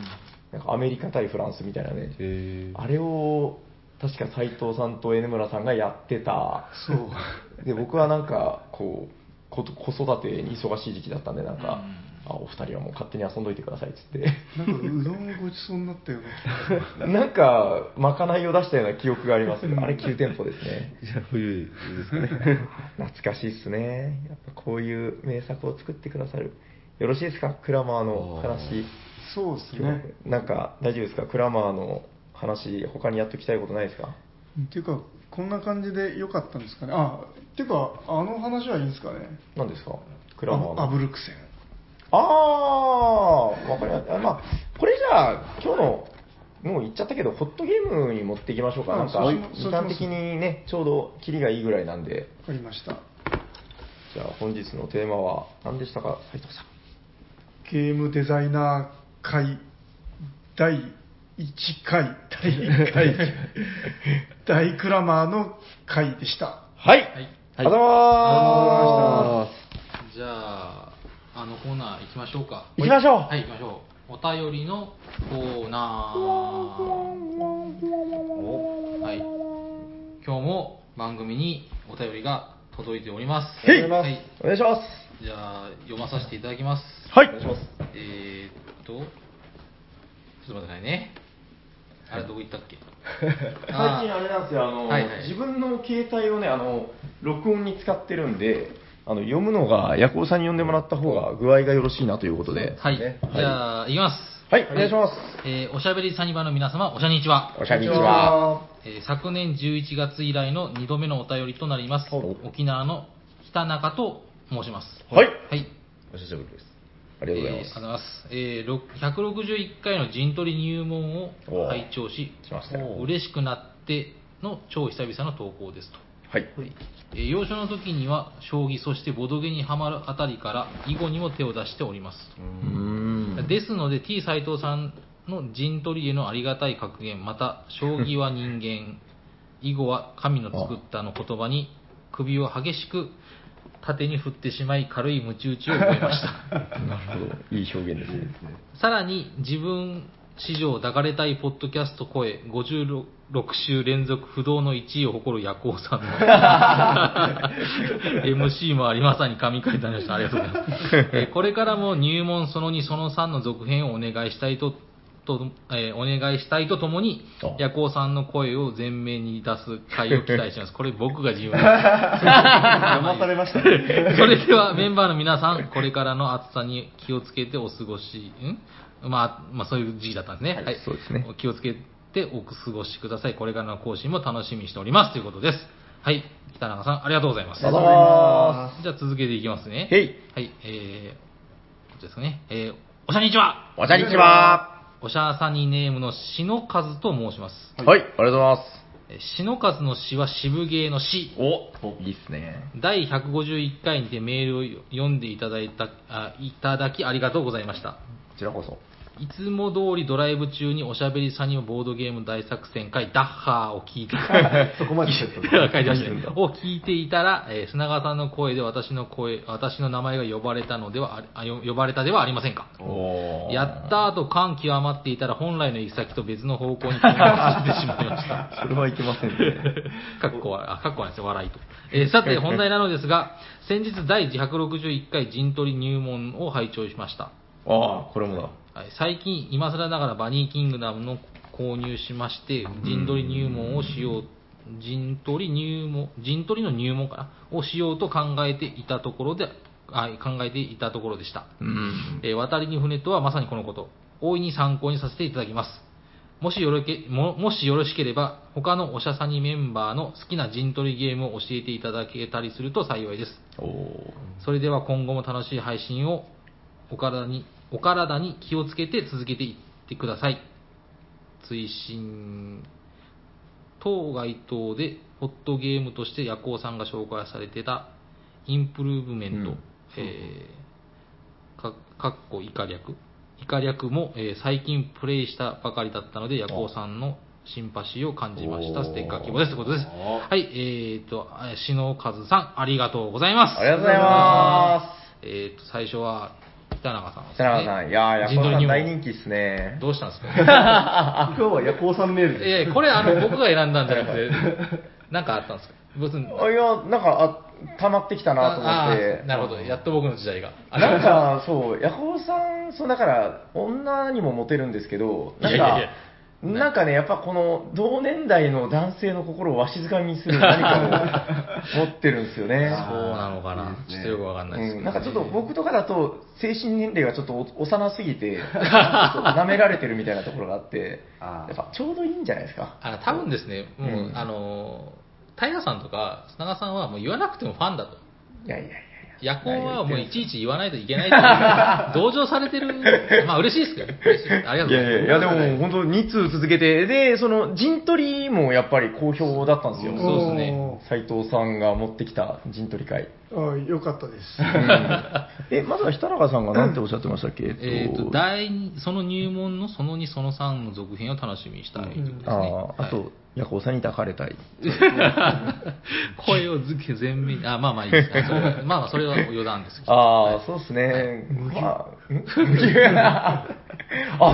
Speaker 2: なんかアメリカ対フランスみたいなね、
Speaker 4: へー
Speaker 2: あれを、確か斎藤さんと江村さんがやってた。で、僕はなんか、こう、こと子育てに忙しい時期だったんで、なんか、あお二人はもう勝手に遊んどいてくださいっつって。
Speaker 3: なんかうどんごちそうになったよね。
Speaker 2: *laughs* なんか、まかないを出したような記憶があります。あれ9店舗ですね。
Speaker 5: じゃあ冬ですかね。
Speaker 2: 懐かしいっすね。やっぱこういう名作を作ってくださる。よろしいですかクラマーの話。
Speaker 3: そうです
Speaker 2: 今
Speaker 3: ね。
Speaker 2: 日なんか大丈夫ですかクラマーの話、他にやっときたいことないですか
Speaker 3: っていうか、こんな感じで良かったんですかね。あ、っていうか、あの話はいいんですかね。
Speaker 2: 何ですかクラマーの。
Speaker 3: あアブルクセン。
Speaker 2: ああ、わかりました。あまあ、これじゃあ、今日の、もう言っちゃったけど、ホットゲームに持っていきましょうか。
Speaker 3: あ
Speaker 2: なんか
Speaker 3: そうしま、
Speaker 2: 時間的にね、ちょうどキリがいいぐらいなんで、
Speaker 3: わかりました。
Speaker 2: じゃあ本日のテーマは何でしたか、斉藤さん。
Speaker 3: ゲームデザイナー会第1回、第1回、
Speaker 2: *laughs*
Speaker 3: 大クラマーの会でした。
Speaker 2: は
Speaker 1: はい。
Speaker 2: い。ありがとうございま
Speaker 1: じゃあ、あのコーナー行きましょうか。
Speaker 2: 行きましょう
Speaker 1: はい、行きましょう。お便りのコーナー。はい。今日も番組にお便りが届いております。
Speaker 2: はい
Speaker 1: はい。
Speaker 2: す。お願いします。
Speaker 1: じゃあ、読まさせていただきます。
Speaker 2: はい。お願いします。
Speaker 1: えー、っと、ちょっと待ってくださいね。あれ、どこ行ったっけ
Speaker 2: *laughs* 最近あれなんですよ、あの、
Speaker 1: はいはい
Speaker 2: 自分の携帯をね、あの、録音に使ってるんで、あの、読むのが、ヤコウさんに読んでもらった方が具合がよろしいなということで。
Speaker 1: はい。
Speaker 2: ね
Speaker 1: じゃあ、行きます。
Speaker 2: はい、お願いします。
Speaker 1: えーおしゃべりサニバの皆様、おしゃにちは。
Speaker 2: おしゃにちは。
Speaker 1: えー昨年11月以来の2度目のお便りとなります。沖縄の北中と申します。
Speaker 2: はい。
Speaker 1: はい。
Speaker 5: お久しぶりです。
Speaker 2: ありがとうござい
Speaker 1: えーありがとう
Speaker 2: ます。
Speaker 1: ございます。えーろ161回の陣取り入門を拝聴し、
Speaker 2: 来ましたよ
Speaker 1: お嬉しくなっての超久々の投稿ですと。
Speaker 2: はい。
Speaker 1: えー幼少の時には将棋、そしてボドゲにはまるあたりから囲碁にも手を出しております。
Speaker 2: うん。
Speaker 1: ですので T 斎藤さんの陣取りへのありがたい格言また将棋は人
Speaker 2: *laughs*
Speaker 1: 間囲碁は神の作ったの言葉に首を激しく縦に振ってしまい軽い鞭打ちを覚えました
Speaker 2: なるほど。いい表現ですね。
Speaker 1: さらに自分史上抱かれたいポッドキャスト声56週連続不動の1位を誇る夜行さんの MC もありまさに神回となりましたありがとうございます、えーこれからも入門その2その3の続編をお願いしたいとと、えーお願いしたいとともに
Speaker 2: あ
Speaker 1: 夜行さんの声を前面に出す回を期待しますこれ僕が自分
Speaker 2: 騙されました *laughs* ね。
Speaker 1: それではメンバーの皆さん、これからの暑さに気をつけてお過ごし、んまあ、まあ、そういう時期だったんですね。はい、
Speaker 2: そうですね。
Speaker 1: 気をつけてお過ごしください。これからの更新も楽しみにしております。ということです。はい、北中さん、ありがとうございます。
Speaker 2: ありがとうございま
Speaker 1: じゃあ続けていきますね。
Speaker 2: へい。
Speaker 1: はい、えー、こっちですかね。えー、おしゃにちは
Speaker 2: おじゃにちは。
Speaker 1: おしゃさにネームの篠和と申します。
Speaker 2: はい、ありがとうございます。
Speaker 1: えー篠和の詩は渋芸の詩
Speaker 2: お
Speaker 5: いいっすね。
Speaker 1: 第151回にてメールを読んでいただいたあいただきありがとうございました
Speaker 2: こちらこそ。
Speaker 1: いつも通りドライブ中におしゃべりさんにもボードゲーム大作戦会ダッハーを聞い *laughs* て
Speaker 4: そこまでちょっと。
Speaker 1: 書いてましたねを聞いていたら、えー砂川さんの声で私の声私の名前が呼ばれたのではああよ呼ばれたではありませんか
Speaker 5: お
Speaker 1: やったーと感極まっていたら本来の行き先と別の方向に転換してしまいました
Speaker 4: それはいけませんね。
Speaker 1: *laughs* かっこは、あ、かっこはですよ、笑いと。えーさて、本題なのですが、先日第161回陣取り入門を拝聴しました。
Speaker 2: ああ、これもだ。
Speaker 1: はい最近、今更ながらバニーキングダムの購入しまして、陣取り入門をしよう、陣取り入門、陣取りの入門かなをしようと考えていたところで、あ考えていたところでした。
Speaker 2: うん。
Speaker 1: えー渡りに船とはまさにこのこと。大いに参考にさせていただきます。もしよろけ、も、もしよろしければ、他のおしゃさにメンバーの好きな陣取りゲームを教えていただけたりすると幸いです。
Speaker 2: おお。
Speaker 1: それでは今後も楽しい配信を、お体に、お体に気をつけて続けていってください。追伸、当該当でホットゲームとして夜行さんが紹介されてた、インプルーブメント、
Speaker 2: うん
Speaker 1: えーか、かっこ以下略。以下略も、えー最近プレイしたばかりだったので、夜行さんのシンパシーを感じました。ステッカー希望です。ということです。はい、えー、と、あ篠和さん、ありがとうございます。。
Speaker 2: ありがとうございます
Speaker 1: えー、と、最初は、北永さん、です
Speaker 2: 北永さん、いやー、やっ
Speaker 1: 陣取り
Speaker 2: ぱ
Speaker 1: にも
Speaker 2: 大人気っすね。
Speaker 1: どうしたんですか *laughs*
Speaker 4: 今日は夜行さんメールで
Speaker 1: えー、これ、あの、僕が選んだんじゃなくて、
Speaker 2: *laughs*
Speaker 1: なんかあったんですか別に。
Speaker 2: あいや、なんか、あ、溜まってきたなと思っ
Speaker 1: あ
Speaker 2: て
Speaker 1: ー。なるほど。やっと僕の時代
Speaker 2: *laughs*
Speaker 1: が。あ
Speaker 2: なんか、そう、ヤホーさん、そう、だから、女にもモテるんですけど、なんか、
Speaker 1: いやいやいや
Speaker 2: なんかね、やっぱこの、同年代の男性の心をわしづかみにする何かを持ってるんですよね。
Speaker 1: *laughs* そうなのかな。ちょっとよくわかんないですけ
Speaker 2: う
Speaker 1: ど、
Speaker 2: ん、なんかちょっと僕とかだと、精神年齢がちょっとお幼すぎ
Speaker 1: *laughs*
Speaker 2: て、ちょっと舐められてるみたいなところがあって、
Speaker 4: あ
Speaker 2: や
Speaker 4: ー
Speaker 2: っぱちょうどいいんじゃないですか。
Speaker 1: あの多分ですね、もう、
Speaker 2: うん
Speaker 1: あのー、平さんとか砂川さんはもう言わなくてもファンだと。
Speaker 2: いやいやいやい
Speaker 1: 夜行はもういちいち言わないといけない
Speaker 2: *laughs*
Speaker 1: という同情されてる。まあ嬉しいですけどね。嬉しいですありがとうございます。
Speaker 2: いや、でも本当2通続けて、で、その、陣取りもやっぱり好評だったんですよ。
Speaker 1: そうですね
Speaker 2: 斉藤さんが持ってきた陣取り会。
Speaker 3: おーあーよかっ
Speaker 2: *laughs*
Speaker 3: たです。
Speaker 2: え、まずは北中さんが何ておっしゃってましたっけ
Speaker 1: えー、と第二その入門のその2その3の続編を楽しみにしたいということですね、
Speaker 2: あーあ
Speaker 1: はい
Speaker 2: と、ヤコウさんに抱かれたい。
Speaker 1: *laughs* 声をずけ全面に *laughs* あまあまあいいですあそれはまあまあそれは余談ですけど
Speaker 2: ああ、そうですね。まあ、ん *laughs* あ、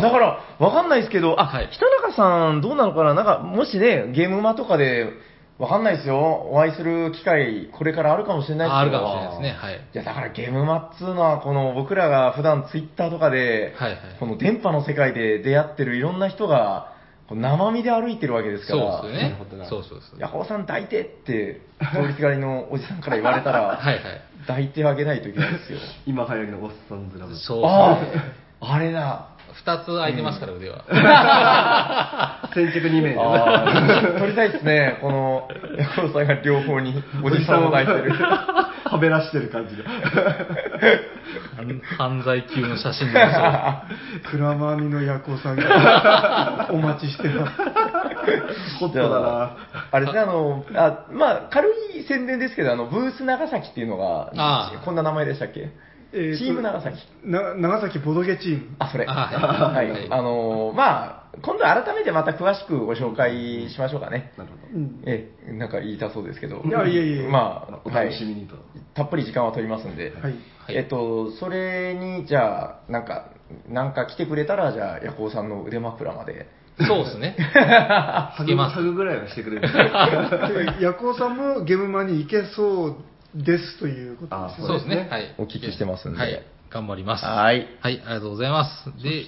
Speaker 2: だから、わかんないですけど、あ、
Speaker 1: はい
Speaker 2: 北中さんどうなのかななんか、もしね、ゲームマとかで、わかんないですよ。お会いする機会、これからあるかもしれないですけど。
Speaker 1: ああるかもしれないですねはい
Speaker 2: いや、だからゲームマっつうのは、この僕らが普段ツイッターとかで、
Speaker 1: はいはい
Speaker 2: この電波の世界で出会ってるいろんな人が、こう生身で歩いてるわけです
Speaker 1: そ
Speaker 2: か
Speaker 1: う
Speaker 2: ら、
Speaker 1: ですよ
Speaker 4: なる
Speaker 1: ね
Speaker 4: ほどな
Speaker 1: そうそうそう
Speaker 2: ヤホーさん抱いてって、通りすがりのおじさんから言われた
Speaker 1: *laughs* はい
Speaker 2: ら、
Speaker 1: はい
Speaker 2: 抱いてあげないといけないですよ。
Speaker 4: 今流行りのおっさんずラブ。
Speaker 1: そう
Speaker 2: ああ、あれだ。
Speaker 1: 2つ空いてますから腕は、
Speaker 4: 先着2名で
Speaker 2: ああ、撮りたいですね。この、ヤコウさんが両方に
Speaker 4: *laughs*
Speaker 2: おじさんを抱いてる。
Speaker 4: はべらしてる感じで。
Speaker 2: *laughs*
Speaker 1: 犯罪級の写真になり
Speaker 3: 暗闇の夜行さんが
Speaker 2: *laughs*
Speaker 3: お待ちしてます。
Speaker 4: ホッ
Speaker 2: じ
Speaker 4: ト
Speaker 2: ゃ
Speaker 4: だ
Speaker 2: あ
Speaker 4: な。
Speaker 2: あれですね、あの、あまあ、軽い宣伝ですけど、あの、ブース長崎っていうの
Speaker 1: あ
Speaker 2: が
Speaker 1: あ、
Speaker 2: こんな名前でしたっけ
Speaker 3: えーと
Speaker 2: チーム長崎。
Speaker 3: な長崎ボドゲチーム。
Speaker 2: あ、それ。
Speaker 1: あ
Speaker 2: は
Speaker 1: はい
Speaker 2: い。あの、まあ、今度改めてまた詳しくご紹介しましょうかね。
Speaker 4: なるほど。
Speaker 3: うん
Speaker 2: ええ、なんか言いたそうですけど。
Speaker 3: いやいやいや
Speaker 2: まあ、
Speaker 4: お
Speaker 2: は
Speaker 4: 楽
Speaker 2: い
Speaker 4: し。みにと。
Speaker 2: たっぷり時間は取りますんで。
Speaker 3: は
Speaker 1: は
Speaker 3: い。
Speaker 1: い
Speaker 2: えっと、それに、じゃあ、なんか、なんか来てくれたら、じゃあ、ヤコウさんの腕枕まで。
Speaker 1: *laughs* そうそうですね
Speaker 4: ハ
Speaker 1: つ
Speaker 4: グ
Speaker 1: けます
Speaker 4: ハグぐらいはして
Speaker 2: *laughs*
Speaker 4: くれる。
Speaker 3: で夜行さんもゲームマに行けそうですということ
Speaker 4: あ
Speaker 1: そうですねはい
Speaker 2: お聞きしてますんで
Speaker 1: はい頑張ります
Speaker 2: はい
Speaker 1: はいありがとうございますで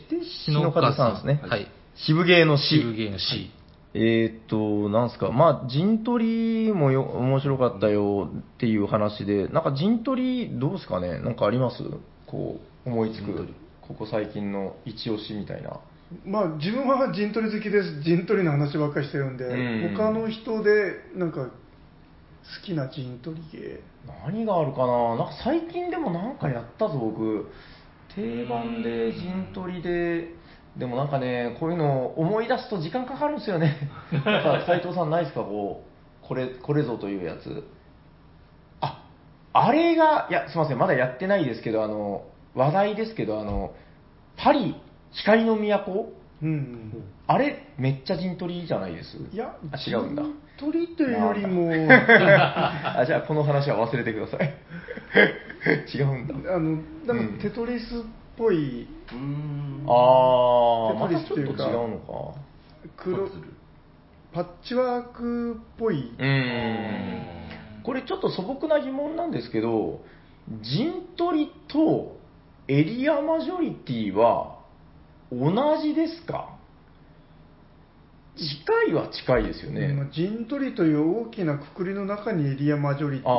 Speaker 2: 篠和さんですね
Speaker 1: はい
Speaker 2: 渋芸の
Speaker 1: 渋
Speaker 2: 詩。
Speaker 1: 芸の C
Speaker 2: えーっと、なんすか、まあ、陣取りもよ面白かったよっていう話で、なんか陣取り、どうですかね、なんかありますこう、思いつ
Speaker 4: 陣取
Speaker 2: く
Speaker 4: り、
Speaker 2: ここ最近の一押しみたいな。
Speaker 3: まあ自分は陣取り好きです陣取りの話ばっかりしてるんで、
Speaker 2: うん
Speaker 3: 他の人でなんか好きな陣取り系
Speaker 2: 何があるかな、なんか最近でもなんかやったぞ、僕、定番で陣取りで、でもなんかね、こういうのを思い出すと時間かかるんですよね。なんか斉藤さんないですか、こう、これ、これぞというやつ。あ、あれが、いや、すいません、まだやってないですけど、あの、話題ですけど、あの、パリ、光の都
Speaker 3: うん
Speaker 2: あれ、めっちゃ陣取りじゃないです。
Speaker 3: いや
Speaker 2: あ違うんだ。
Speaker 3: 鳥というよりも
Speaker 2: あ、じゃあこの話は忘れてください。違うんだ。
Speaker 3: あのなんかテトリスっぽい
Speaker 4: うん
Speaker 2: あー、
Speaker 3: テト
Speaker 2: ま
Speaker 3: リ
Speaker 2: た
Speaker 3: ス
Speaker 2: ち
Speaker 3: とい
Speaker 2: ょ
Speaker 3: う
Speaker 2: っと
Speaker 3: か
Speaker 2: 違うのか。
Speaker 3: 黒
Speaker 4: パズル
Speaker 3: パッチワークっぽい、
Speaker 2: うーんこれちょっと素朴な疑問なんですけど、陣取りとエリアマジョリティは同じですか近いは近いですよ
Speaker 3: まあ
Speaker 2: ね。
Speaker 3: 陣取りという大きなくくりの中にエリアマジョリティがあ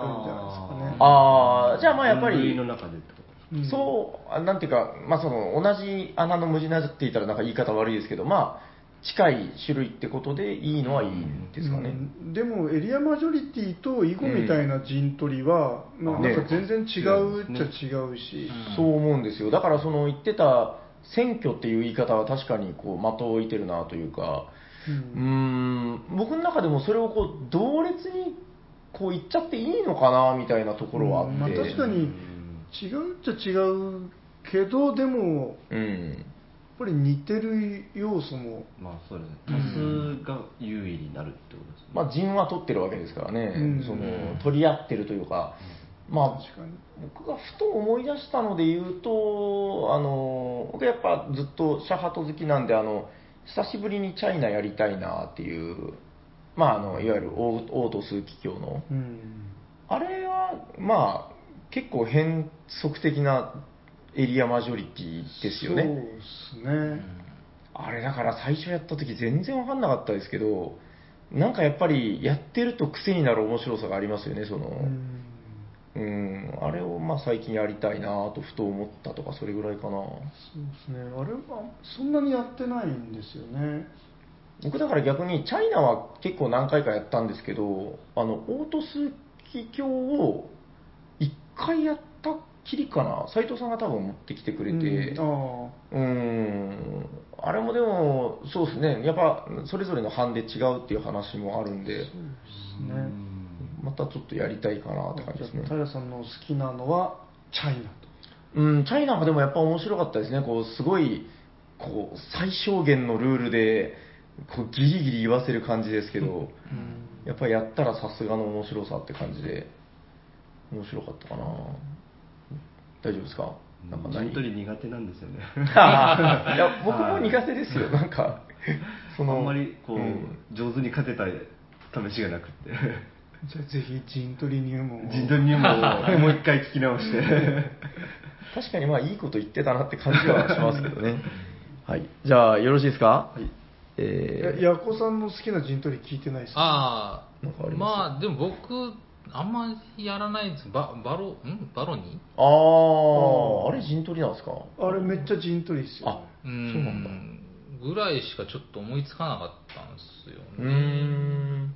Speaker 3: るんじゃないですかね
Speaker 2: ああ、じゃあまあやっぱ
Speaker 5: 分類
Speaker 2: り
Speaker 5: の、中でってこと
Speaker 3: うん
Speaker 2: そう、あなんていうか、まあその同じ穴の無地なって言ったらなんか言い方悪いですけど、まあ近い種類ってことでいいのはいいんですかね。
Speaker 3: うんでもエリアマジョリティと囲碁みたいな陣取りは、まあ、
Speaker 2: ね
Speaker 3: なんか全然違うっちゃ違うし、
Speaker 1: うん
Speaker 2: そう思うんですよ。だからその言ってた選挙っていう言い方は確かにこう的を置いてるなというか、
Speaker 3: う
Speaker 2: うんーん、僕の中でもそれをこう同列にこう言っちゃっていいのかなみたいなところはあって。
Speaker 3: うんまあ確かに違うっちゃ違うけどでもや
Speaker 2: う
Speaker 3: っ
Speaker 2: ん。
Speaker 3: ぱり似てる要素も、
Speaker 4: まあそうですね多数が優位になるってことですね
Speaker 2: まあ陣は取ってるわけですからね、
Speaker 3: うん
Speaker 2: その取り合ってるというか、まあ
Speaker 3: 確かに
Speaker 2: 僕がふと思い出したので言うと、あの僕やっぱずっとシャハト好きなんで、あの久しぶりにチャイナやりたいなっていう、まあ、あのいわゆる王王と枢機卿の、
Speaker 3: うん
Speaker 2: あれは、まあ、結構変則的なエリアマジョリティですよ
Speaker 3: そう
Speaker 2: ね。
Speaker 3: ですね、
Speaker 2: あれだから最初やった時全然わかんなかったですけど、なんかやっぱりやってると癖になる面白さがありますよね、その。
Speaker 3: うん
Speaker 2: うん、あれをまあ最近やりたいなぁとふと思ったとか、それぐらいかな。
Speaker 3: そうですねあれはそんなにやってないんですよね
Speaker 2: 僕だから逆に、チャイナは結構何回かやったんですけど、あの、オートスキ教を1回やったっきりかな。斉藤さんが多分持ってきてくれて、
Speaker 3: うんああ
Speaker 2: うーん、あれもでも、そうですね、やっぱそれぞれの班で違うっていう話もあるんで、
Speaker 3: そうです
Speaker 4: う
Speaker 3: ね
Speaker 4: ん
Speaker 2: またちょっとやりたいかなって感じ
Speaker 3: じ
Speaker 2: で
Speaker 3: ゃ
Speaker 2: すね
Speaker 3: あ。平さんの好きなのはチャイナと
Speaker 2: うん、チャイナはでもやっぱ面白かったですね、こうすごいこう最小限のルールでこうギリギリ言わせる感じですけど、やっぱりやったらさすがの面白さって感じで、面白かったかな、大丈夫ですか、なんか *laughs* ない
Speaker 4: 陣取り苦手なんですよね
Speaker 2: いや僕も苦手ですよ、なんか、
Speaker 4: あんまりこう、
Speaker 2: うん
Speaker 4: 上手に勝てた試しがなく
Speaker 2: *laughs*
Speaker 4: って
Speaker 3: じゃあぜひ陣取り入門を
Speaker 4: 陣取り入門をもう一回聞き直して
Speaker 2: 確かにまあいいこと言ってたなって感じはしますけど
Speaker 4: *laughs*
Speaker 2: ね。はい、じゃあよろしいですか、はいえ
Speaker 3: えやこさんの好きな陣取り聞いてないですか
Speaker 1: ああ
Speaker 2: なんかあります
Speaker 1: まあでも僕あんまりやらないですババロんバロニ
Speaker 2: あー、あれ陣取りなんですか
Speaker 3: あれめっちゃ陣取りですよ
Speaker 2: あ
Speaker 1: ーう
Speaker 2: そうなんだ
Speaker 1: んぐらいしかちょっと思いつかなかったんですよ
Speaker 2: うー
Speaker 1: ね
Speaker 2: ん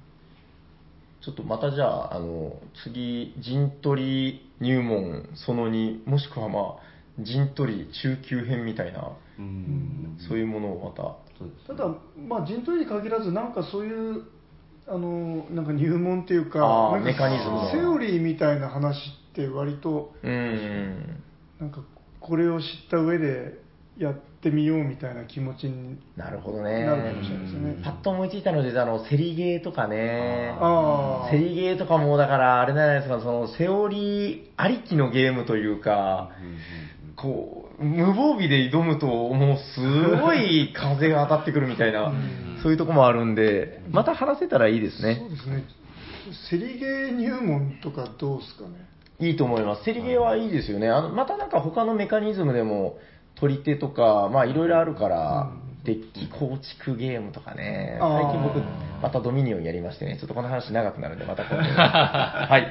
Speaker 2: ちょっとまたじゃあ、あの、次、陣取り入門その2、もしくはまあ、陣取り中級編みたいな、
Speaker 4: うん
Speaker 2: そういうものをまた。
Speaker 4: そうです
Speaker 3: ただまあ陣取りに限らずなんかそういうあのなんか入門っていうか
Speaker 2: あー
Speaker 3: なんか
Speaker 2: メカニズムの
Speaker 3: セオリーみたいな話って割と
Speaker 2: うーん。
Speaker 3: なんかこれを知った上でやってみようみたいな気持ちに
Speaker 2: なるほどね。
Speaker 3: なるかもしれないですね
Speaker 2: パッと思いついたので、あの、セリゲーとかね。
Speaker 3: ああ
Speaker 2: セリゲーとかも、だから、あれじゃないですか、その、セオリーありきのゲームというか、こう、無防備で挑むと、もうすごい風が当たってくるみたいな、そういうとこもあるんで、また話せたらいいです
Speaker 3: そう
Speaker 2: ね。
Speaker 3: ですねセリゲー入門とかどうですかね
Speaker 2: いいと思います。セリゲーはいいですよね。あのまたなんか他のメカニズムでも、取り手とか、まあいろいろあるから、デッキ構築ゲームとかね、
Speaker 3: あー
Speaker 2: 最近僕、またドミニオンやりましてね、ちょっとこの話長くなるんで、また *laughs* 今度。はい。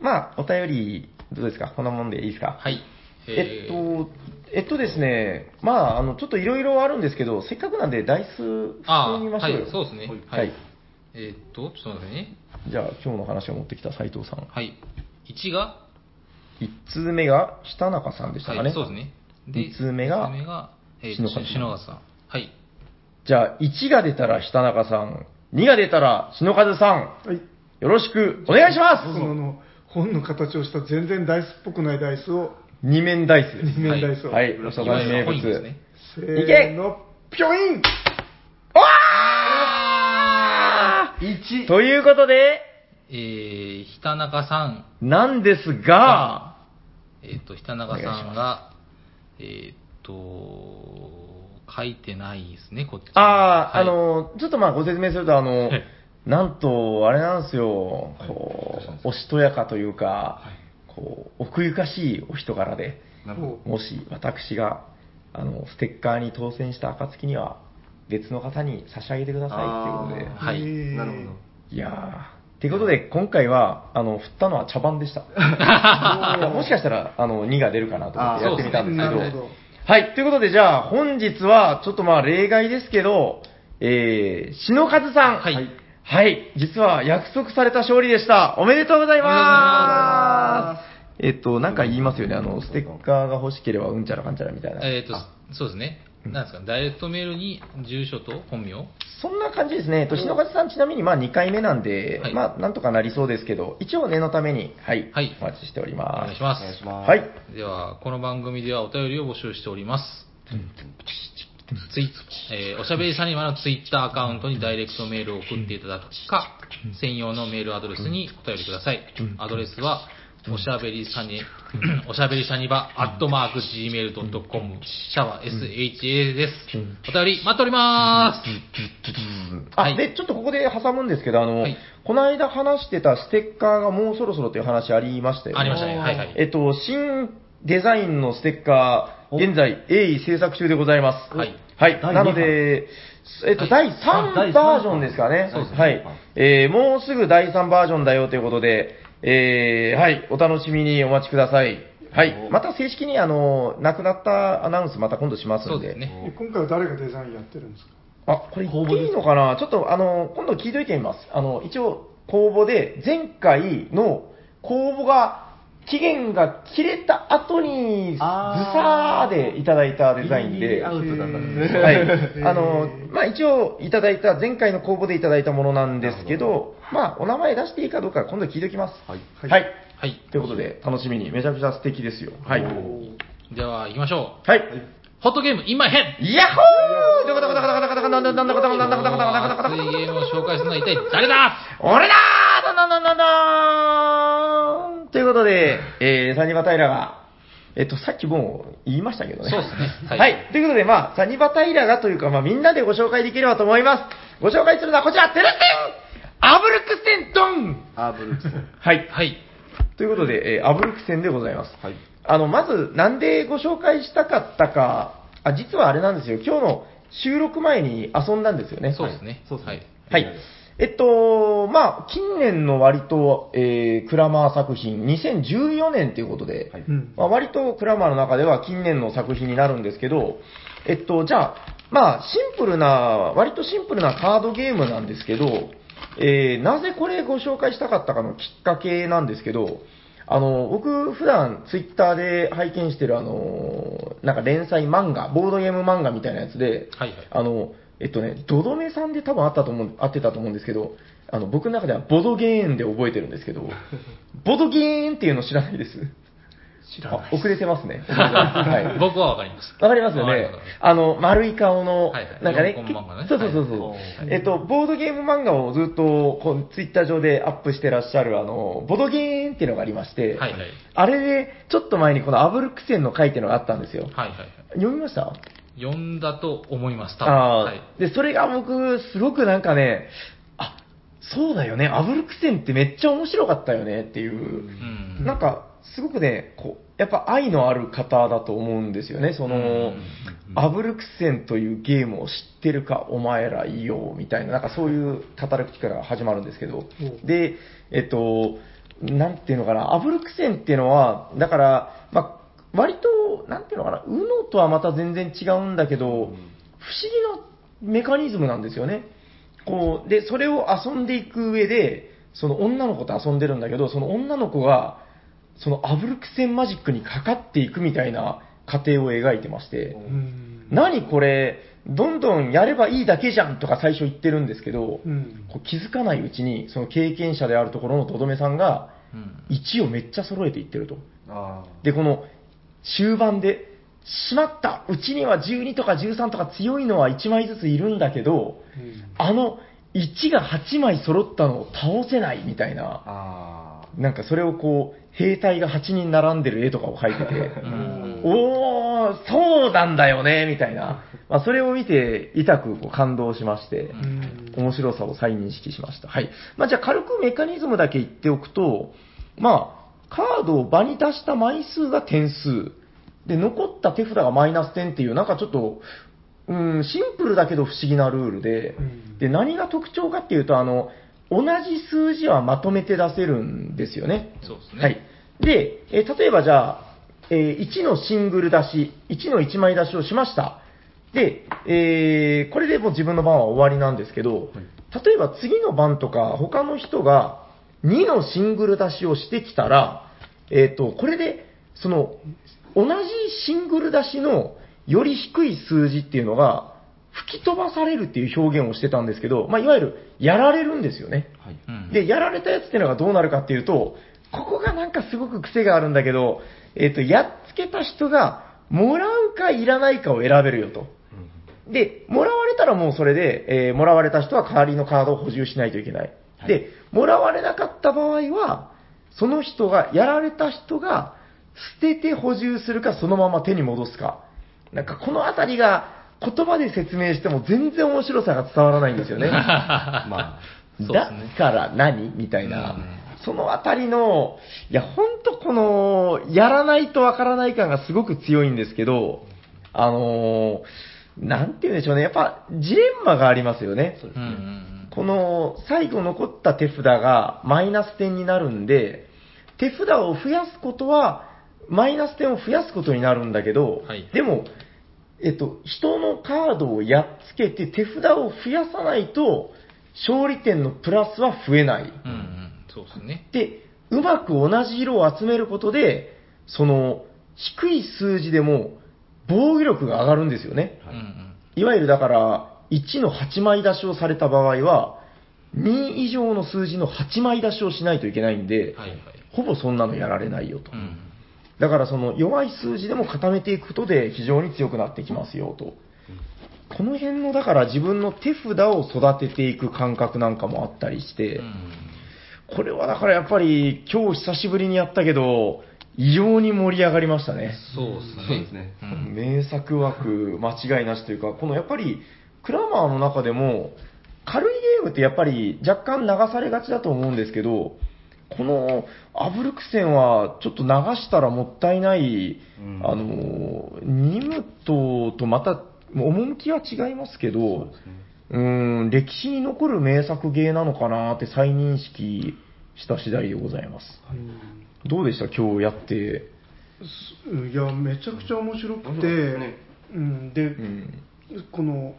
Speaker 2: まあ、お便り、どうですかこんなもんでいいですか
Speaker 1: はい
Speaker 2: え
Speaker 1: え
Speaker 2: っ
Speaker 1: ー
Speaker 2: と、えっとですね、まあ、あの、ちょっといろいろあるんですけど、せっかくなんで、台数、普
Speaker 1: あ
Speaker 2: 通に見
Speaker 1: ー
Speaker 2: ましょ
Speaker 1: は
Speaker 2: うよ。
Speaker 1: いそうですね
Speaker 2: はい。
Speaker 1: えーっとちょっと待ってね
Speaker 2: じゃあ、今日の話を持ってきた斉藤さん。
Speaker 1: はい1が
Speaker 2: 1通目が、北中さんでしたかね。
Speaker 1: はいそうですねで
Speaker 2: 二通目が
Speaker 1: 二通目がえー、
Speaker 2: 篠川さん
Speaker 1: 篠川さん。はい。
Speaker 2: じゃあ、1が出たら下中さん、2が出たら篠和さん、
Speaker 3: はい。
Speaker 2: よろしくお願いしま
Speaker 3: このあ
Speaker 2: す
Speaker 3: の本の形をした全然ダイスっぽくないダイスを、
Speaker 2: 二面ダイスです
Speaker 3: 二。面ダイスを。
Speaker 2: はい、おそばの名
Speaker 1: コイ
Speaker 2: 物
Speaker 1: ン。ですね。
Speaker 3: せ
Speaker 2: いけ
Speaker 3: ーの、ぴょいん
Speaker 2: あーということで、
Speaker 1: えー、ひたなかさん、
Speaker 2: なんですが、
Speaker 1: えっ、と、ひたなかさんが、えっ、と、書いてないですね、こっち。
Speaker 2: あー、
Speaker 1: はい
Speaker 2: あの、ちょっとまあご説明すると、あの
Speaker 1: はい、
Speaker 2: なんと、あれなんですよ、
Speaker 4: はい
Speaker 2: こ
Speaker 4: どうしたんで
Speaker 2: う、
Speaker 4: すか
Speaker 2: おしとやかというか
Speaker 4: は、
Speaker 2: こう、奥ゆかしいお人柄で、
Speaker 4: *laughs* なるほど。
Speaker 2: もし私が、あの、ステッカーに当選した暁には、別の方に差し上げてくださいっていうことで
Speaker 4: あー
Speaker 1: はい
Speaker 4: なるほど。
Speaker 2: いやー。ということで、今回は、あの、振ったのは茶番で
Speaker 4: *laughs*
Speaker 2: した。もしかしたら、あの、2が出るかなと思ってやってみたんですけ
Speaker 3: な
Speaker 2: ど。
Speaker 3: るほど。
Speaker 2: はい、ということで、じゃあ、本日は、ちょっとまあ、例外ですけど、えー、篠和さん。
Speaker 1: はい。
Speaker 2: はい、実は約束された勝利でした。おめでとうございます。えっと、なんか言いますよね、あの、ステッカーが欲しければ、うんちゃらかんちゃらみたいな。
Speaker 1: えっ、と
Speaker 2: あ、
Speaker 1: そうですね。なんですか、ダイレクトメールに住所と本名
Speaker 2: そんな感じですね。と、篠和さん、ちなみに、まあ、2回目なんで、
Speaker 1: はい
Speaker 2: まあ、なんとかなりそうですけど、一応念のために、はい、
Speaker 1: はい
Speaker 2: お待ちしており
Speaker 1: お
Speaker 2: ま
Speaker 1: 願いし
Speaker 2: す。
Speaker 1: ま
Speaker 4: お願いし
Speaker 1: す。
Speaker 4: ます。
Speaker 2: はい。
Speaker 1: では、この番組ではお便りを募集しております。ツイえーおしゃべりサニバのツイッターアカウントにダイレクトメールを送っていただくか、専用のメールアドレスにお便りください。アドレスは、おしゃべりサニ、おしゃべりサニバ、アットマーク、gmail.com、シャワー SHA です。お便り待っております。
Speaker 2: あ、
Speaker 1: はい
Speaker 2: で、ちょっとここで挟むんですけど、あの、
Speaker 1: はい
Speaker 2: この間話してたステッカーがもうそろそろという話ありましたよね。
Speaker 1: ありましたね。はいはい。
Speaker 2: えっと、新デザインのステッカー、現在、鋭意制作中でございます。
Speaker 1: はい
Speaker 2: はい。
Speaker 4: 第二
Speaker 2: なので、えっ
Speaker 1: は
Speaker 2: と、
Speaker 1: い
Speaker 2: 第3
Speaker 4: 第三
Speaker 2: バージョンですかね。
Speaker 4: そうですね
Speaker 2: はい。えー、もうすぐ第3バージョンだよということで、えー、はい、お楽しみにお待ちください。はい。また正式に、あの、亡くなったアナウンスまた今度します
Speaker 1: そ
Speaker 2: の
Speaker 1: うですね。
Speaker 3: え今回は誰がデザインやってるんですか
Speaker 2: あ、これ言っていいのかなちょっと、あの、今度聞いといてみます。あの、一応、公募で、前回の公募が、期限が切れた後に、ずさ
Speaker 4: あ
Speaker 2: ー
Speaker 4: ー
Speaker 2: でいただいたデザイン
Speaker 4: ギリギ
Speaker 2: で、
Speaker 4: リア
Speaker 2: は
Speaker 4: ウトだったんですね。
Speaker 2: い。あの、まあ、一応、いただいた、前回の公募でいただいたものなんですけ
Speaker 4: なる
Speaker 2: ど、まあ、お名前出していいかどうか、今度聞いときます。
Speaker 4: はい
Speaker 2: はい。
Speaker 3: は
Speaker 1: はい。
Speaker 2: ということで、楽しみに。めちゃくちゃ素敵ですよ。はい。は
Speaker 1: では、行きましょ
Speaker 2: い。
Speaker 1: う。ホットゲーム、今変
Speaker 2: ヤッホーどこだこだこだこだこだこだこだこだこだこだこだこだこだこだこだこだ
Speaker 1: 熱いゲームを紹介するのは一体誰だ
Speaker 2: 俺だーどんどんどんどんどーんということで、えー、サニバタイラが、えっと、さっきもう言いましたけどね。
Speaker 1: そうですね
Speaker 2: は。
Speaker 1: はいい
Speaker 2: ということで、まあ、サニバタイラがというか、まあ、みんなでご紹介できればと思います。ご紹介するのはこちら、テルテンアブルクセンドン
Speaker 4: アーブルクソン。
Speaker 2: はい。
Speaker 1: はい。
Speaker 2: ということで、えー、アブルクセンでございます。
Speaker 4: はい。
Speaker 2: あの、まず、なんでご紹介したかったか、あ、実はあれなんですよ。今日の収録前に遊んだんですよね。
Speaker 1: そうですね。
Speaker 4: そうですね
Speaker 1: はい。
Speaker 2: はい。えっと、まあ、近年の割と、えー、クラマー作品、2014年ということで、
Speaker 4: はい。
Speaker 3: うん
Speaker 2: まあ、割とクラマーの中では近年の作品になるんですけど、えっと、じゃあ、まあ、シンプルな、割とシンプルなカードゲームなんですけど、えー、なぜこれご紹介したかったかのきっかけなんですけど、あの、僕、普段、ツイッターで拝見してる、あの、なんか連載漫画、ボードゲーム漫画みたいなやつで、
Speaker 1: はいはい。
Speaker 2: あの、えっとね、ドドメさんで多分あったと思う、あってたと思うんですけど、あの、僕の中ではボドゲーンで覚えてるんです
Speaker 1: *laughs*
Speaker 2: けど、ボドゲーンっていうの知らないです。
Speaker 3: 知らない。
Speaker 2: あ遅れてま
Speaker 1: *laughs*
Speaker 2: すね。はい。
Speaker 1: 僕はわかります。
Speaker 2: わかりますよ
Speaker 1: わかり
Speaker 2: ね
Speaker 1: ますわかり。
Speaker 2: あの、丸い顔の、
Speaker 1: はいはい
Speaker 2: なんかね
Speaker 1: 四コマ漫画ね
Speaker 2: そうそうそうそう、
Speaker 4: はい
Speaker 2: えっと、ボードゲーム漫画をずっと、こう、ツイッター上でアップしてらっしゃる、あの、ボドゲーンっていうのがありまして、
Speaker 1: はいはい。
Speaker 2: あれで、ちょっと前にこのアブルクセンの回っていうのがあったんですよ。
Speaker 1: はいはいはい。
Speaker 2: 読みました
Speaker 1: 読んだと思います、多分。
Speaker 2: ああ
Speaker 1: はい。
Speaker 2: ー、で、それが僕、すごくなんかね、あ、そうだよね、アブルクセンってめっちゃ面白かったよねっていう
Speaker 1: う、。
Speaker 3: うん
Speaker 2: なんか、すごくね、こう、やっぱ愛のある方だと思うんですよね、その、アブルクセンというゲームを知ってるか、お前らいいよ、みたいな、なんかそういう語る口から始まるんですけど、
Speaker 3: うん
Speaker 2: で、えっと、なんていうのかな、アブルクセンっていうのは、だから、まあ、割と、なんていうのかな、UNO とはまた全然違うんだけど、不思議なメカニズムなんですよね。こう、で、それを遊んでいく上で、その女の子と遊んでるんだけど、その女の子が、そのアブルクセンマジックにかかっていくみたいな過程を描いてまして、
Speaker 3: うん
Speaker 2: 何これ、どんどんやればいいだけじゃんとか最初言ってるんですけど、
Speaker 3: うん
Speaker 2: こう気づかないうちに、その経験者であるところのとどめさんが、
Speaker 1: うん
Speaker 2: 1をめっちゃ揃えていってると。
Speaker 4: ああ。
Speaker 2: で、この終盤で、しまったうちには12とか13とか強いのは1枚ずついるんだけど、あの1が8枚揃ったのを倒せないみたいな、
Speaker 4: あ
Speaker 2: なんかそれをこう、兵隊が8人並んでる絵とかを描いてて、
Speaker 1: うん
Speaker 2: おー、そうなんだよね、みたいな。まあ、それを見て、痛くこう感動しまして、
Speaker 3: うん
Speaker 2: 面白さを再認識しました。はい。まあ、じゃあ軽くメカニズムだけ言っておくと、まあ、カードを場に出した枚数が点数。で、残った手札がマイナス点っていう、なんかちょっと、うん、シンプルだけど不思議なルールで、
Speaker 3: うん
Speaker 2: で、何が特徴かっていうと、あの、同じ数字はまとめて出せるんですよね。
Speaker 1: そうですね。
Speaker 2: はい。で、えー例えばじゃあ、えー1のシングル出し、1の1枚出しをしました。で、えーこれでもう自分の番は終わりなんですけど、例えば次の番とか他の人が2のシングル出しをしてきたら、えっ、と、これで、その、同じシングル出しのより低い数字っていうのが、吹き飛ばされるっていう表現をしてたんですけど、まあ、いわゆる、やられるんですよね。
Speaker 4: あ。はい。
Speaker 1: うん
Speaker 2: で、やられたやつっていうのがどうなるかっていうと、ここがなんかすごく癖があるんだけど、えっ、と、やっつけた人が、もらうかいらないかを選べるよと。で、もらわれたらもうそれで、えーもらわれた人は代わりのカードを補充しないといけない。
Speaker 4: はい
Speaker 2: で、もらわれなかった場合は、その人が、やられた人が、捨てて補充するか、そのまま手に戻すか。なんかこのあたりが、言葉で説明しても全然面白さが伝わらないんですよね。
Speaker 4: まあ。
Speaker 1: そうです
Speaker 2: だ
Speaker 1: ね
Speaker 2: から何みたいな、
Speaker 1: うん
Speaker 2: そのあたりの、いや、ほんとこの、やらないとわからない感がすごく強いんですけど、あのーなんて言うんでしょうね、やっぱジレンマがありますよね。
Speaker 1: うんうん
Speaker 2: この最後残った手札がマイナス点になるんで、手札を増やすことは、マイナス点を増やすことになるんだけど、
Speaker 1: はい
Speaker 2: でも、えっと、人のカードをやっつけて手札を増やさないと、勝利点のプラスは増えない。
Speaker 1: うんうんうんそうですね。
Speaker 2: で、うまく同じ色を集めることで、その、低い数字でも防御力が上がるんですよね。
Speaker 1: うんうん
Speaker 2: いわゆるだから、1の8枚出しをされた場合は、2以上の数字の8枚出しをしないといけないんで、
Speaker 1: はいはい。
Speaker 2: ほぼそんなのやられないよと。
Speaker 1: うん
Speaker 2: だからその弱い数字でも固めていくことで非常に強くなってきますよと。この辺のだから自分の手札を育てていく感覚なんかもあったりして、
Speaker 1: うん
Speaker 2: これはだからやっぱり今日久しぶりにやったけど、異様に盛り上がりましたね。
Speaker 1: そうですね。
Speaker 4: そうですね
Speaker 1: うん
Speaker 2: 名作枠間違いなしというか、このやっぱり、クラマーの中でも、軽いゲームってやっぱり若干流されがちだと思うんですけど、このアブルクセンはちょっと流したらもったいない、
Speaker 4: うん
Speaker 2: あの、ニムトとまた、趣は違いますけど、うーん、歴史に残る名作芸なのかなって再認識した次第でございます。どうでした今日やって。
Speaker 3: すいやめちゃくちゃ面白くて、
Speaker 4: ね
Speaker 3: うん、で、
Speaker 2: うん。
Speaker 3: この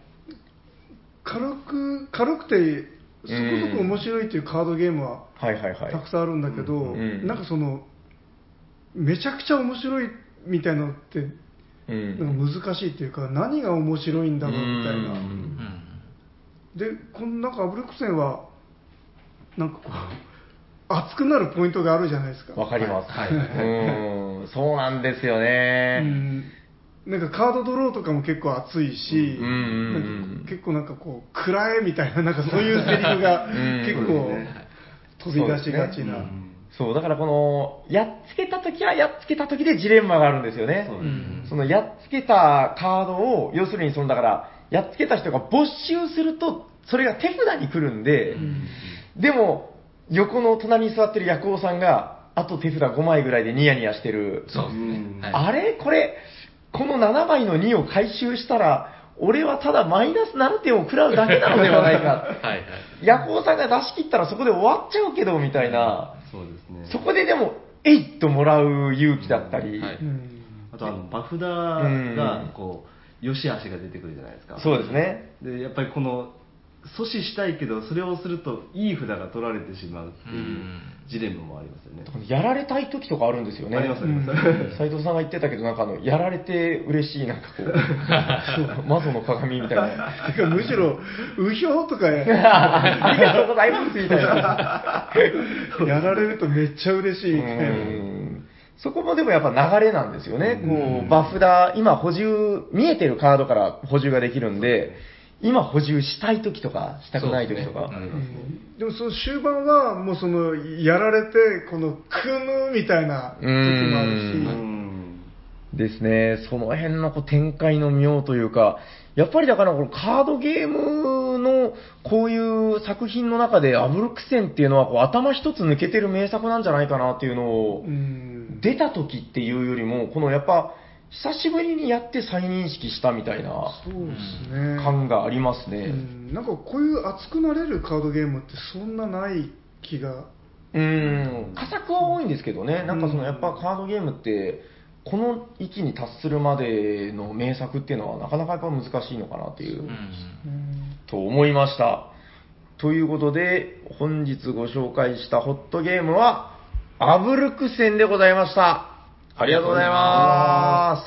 Speaker 3: 軽く軽くてそこそこ面白いというカードゲームは
Speaker 2: はいはいはい。
Speaker 3: たくさんあるんだけど、
Speaker 2: うん
Speaker 3: なんかそのめちゃくちゃ面白いみたいなのって
Speaker 2: うん
Speaker 3: なんか難しいっていうか何が面白いんだろうみたいな、
Speaker 2: うん
Speaker 1: うん
Speaker 3: でこのなんかアブルクセンはなんかこう熱くなるポイントがあるじゃないですか
Speaker 2: わかります。
Speaker 4: はい
Speaker 2: うん、そうなんですよ
Speaker 3: う
Speaker 2: ね。
Speaker 3: んなんかカードドローとかも結構熱いし、
Speaker 2: うんうんうんうん
Speaker 3: なんか結構なんかこう、暗えみたいな、なんかそういうセリフが
Speaker 2: うん
Speaker 3: 結
Speaker 2: そう
Speaker 3: 構飛び出しがち
Speaker 2: う
Speaker 3: な。
Speaker 2: そう、だからこの、やっつけたときはやっつけたときでジレンマがあるんですよね。
Speaker 4: そう
Speaker 3: う
Speaker 4: です
Speaker 3: ん
Speaker 4: ね。
Speaker 2: そのやっつけたカードを、要するにそのだから、やっつけた人が没収すると、それが手札に来るんで、でも、横の隣に座ってる薬王さんが、あと手札5枚ぐらいでニヤニヤしてる。
Speaker 1: そうですね。はい
Speaker 2: あれこれ、この7枚の2を回収したら、俺はただマイナス7点を食らうだけなのではないか。
Speaker 1: *laughs* はいはい。
Speaker 2: 夜行さんが出し切ったらそこで終わっちゃうけど、みたいな。
Speaker 4: そうですね。
Speaker 2: そこででも、えいっともらう勇気だったり。
Speaker 1: はい
Speaker 3: うん
Speaker 4: あとあのバフダ
Speaker 2: うん
Speaker 4: がこう良し悪しが出てくるじゃないですか。
Speaker 2: そうですね。
Speaker 4: でやっぱりこの阻止したいけどそれをするといい札が取られてしまうって
Speaker 1: う
Speaker 4: いうんジレンマもありますよね。
Speaker 2: やられたい時とかあるんですよね。
Speaker 4: ありますあります。
Speaker 2: 斉藤さんが言ってたけど、なんかあの、やられて嬉しい、なんか
Speaker 1: *laughs*
Speaker 2: こう、そう魔女の鏡みたいな。
Speaker 3: てかむしろ右票とかや
Speaker 2: ありがとうございます、みたいな。
Speaker 3: やられるとめっちゃ嬉し
Speaker 2: う
Speaker 3: い
Speaker 2: んそこもでもやっぱ流れなんですよね。こう、バフだ、今補充、見えてるカードから補充ができるんで、今補充したい時とか、したくない時とか。
Speaker 1: そうですね
Speaker 3: うんでもその終盤はもうそのやられてこの組むみたいな時もあるし
Speaker 2: うん
Speaker 4: うん
Speaker 2: ですね、その辺のこう展開の妙というか、やっぱりだからこのカードゲームのこういう作品の中でアブルクセンっていうのはこう頭一つ抜けてる名作なんじゃないかなっていうのを
Speaker 3: う、ん
Speaker 2: 出た時っていうよりも、このやっぱ久しぶりにやって再認識したみたいな
Speaker 3: そうですね
Speaker 2: 感がありますね。
Speaker 3: うんなんかこういう熱くなれるカードゲームってそんなない気が
Speaker 2: うん、佳作は多いんですけどね、なんかその
Speaker 3: うん
Speaker 2: やっぱカードゲームって、この域に達するまでの名作っていうのはなかなかやっぱ難しいのかなっていう。
Speaker 1: うん
Speaker 2: と思いました。ということで、本日ご紹介したホットゲームは、アブルクセンでございました。ありがとうございま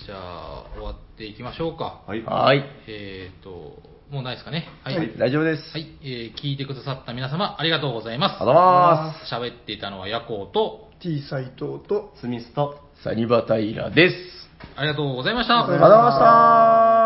Speaker 2: す。
Speaker 1: じゃあ、終わっていきましょうか。
Speaker 4: はい。
Speaker 2: はい。
Speaker 1: えっ、と、もうないですかね。は。
Speaker 2: はいい、大丈夫です。
Speaker 1: はいえー聞いてくださった皆様、ありがとうございます。
Speaker 2: ありがとうございま
Speaker 1: 喋っていたのは夜行と、
Speaker 3: T 斎藤と
Speaker 4: スミスと
Speaker 2: す。サニバタイラです。
Speaker 1: ありがとうございました。
Speaker 2: ありがとうございました。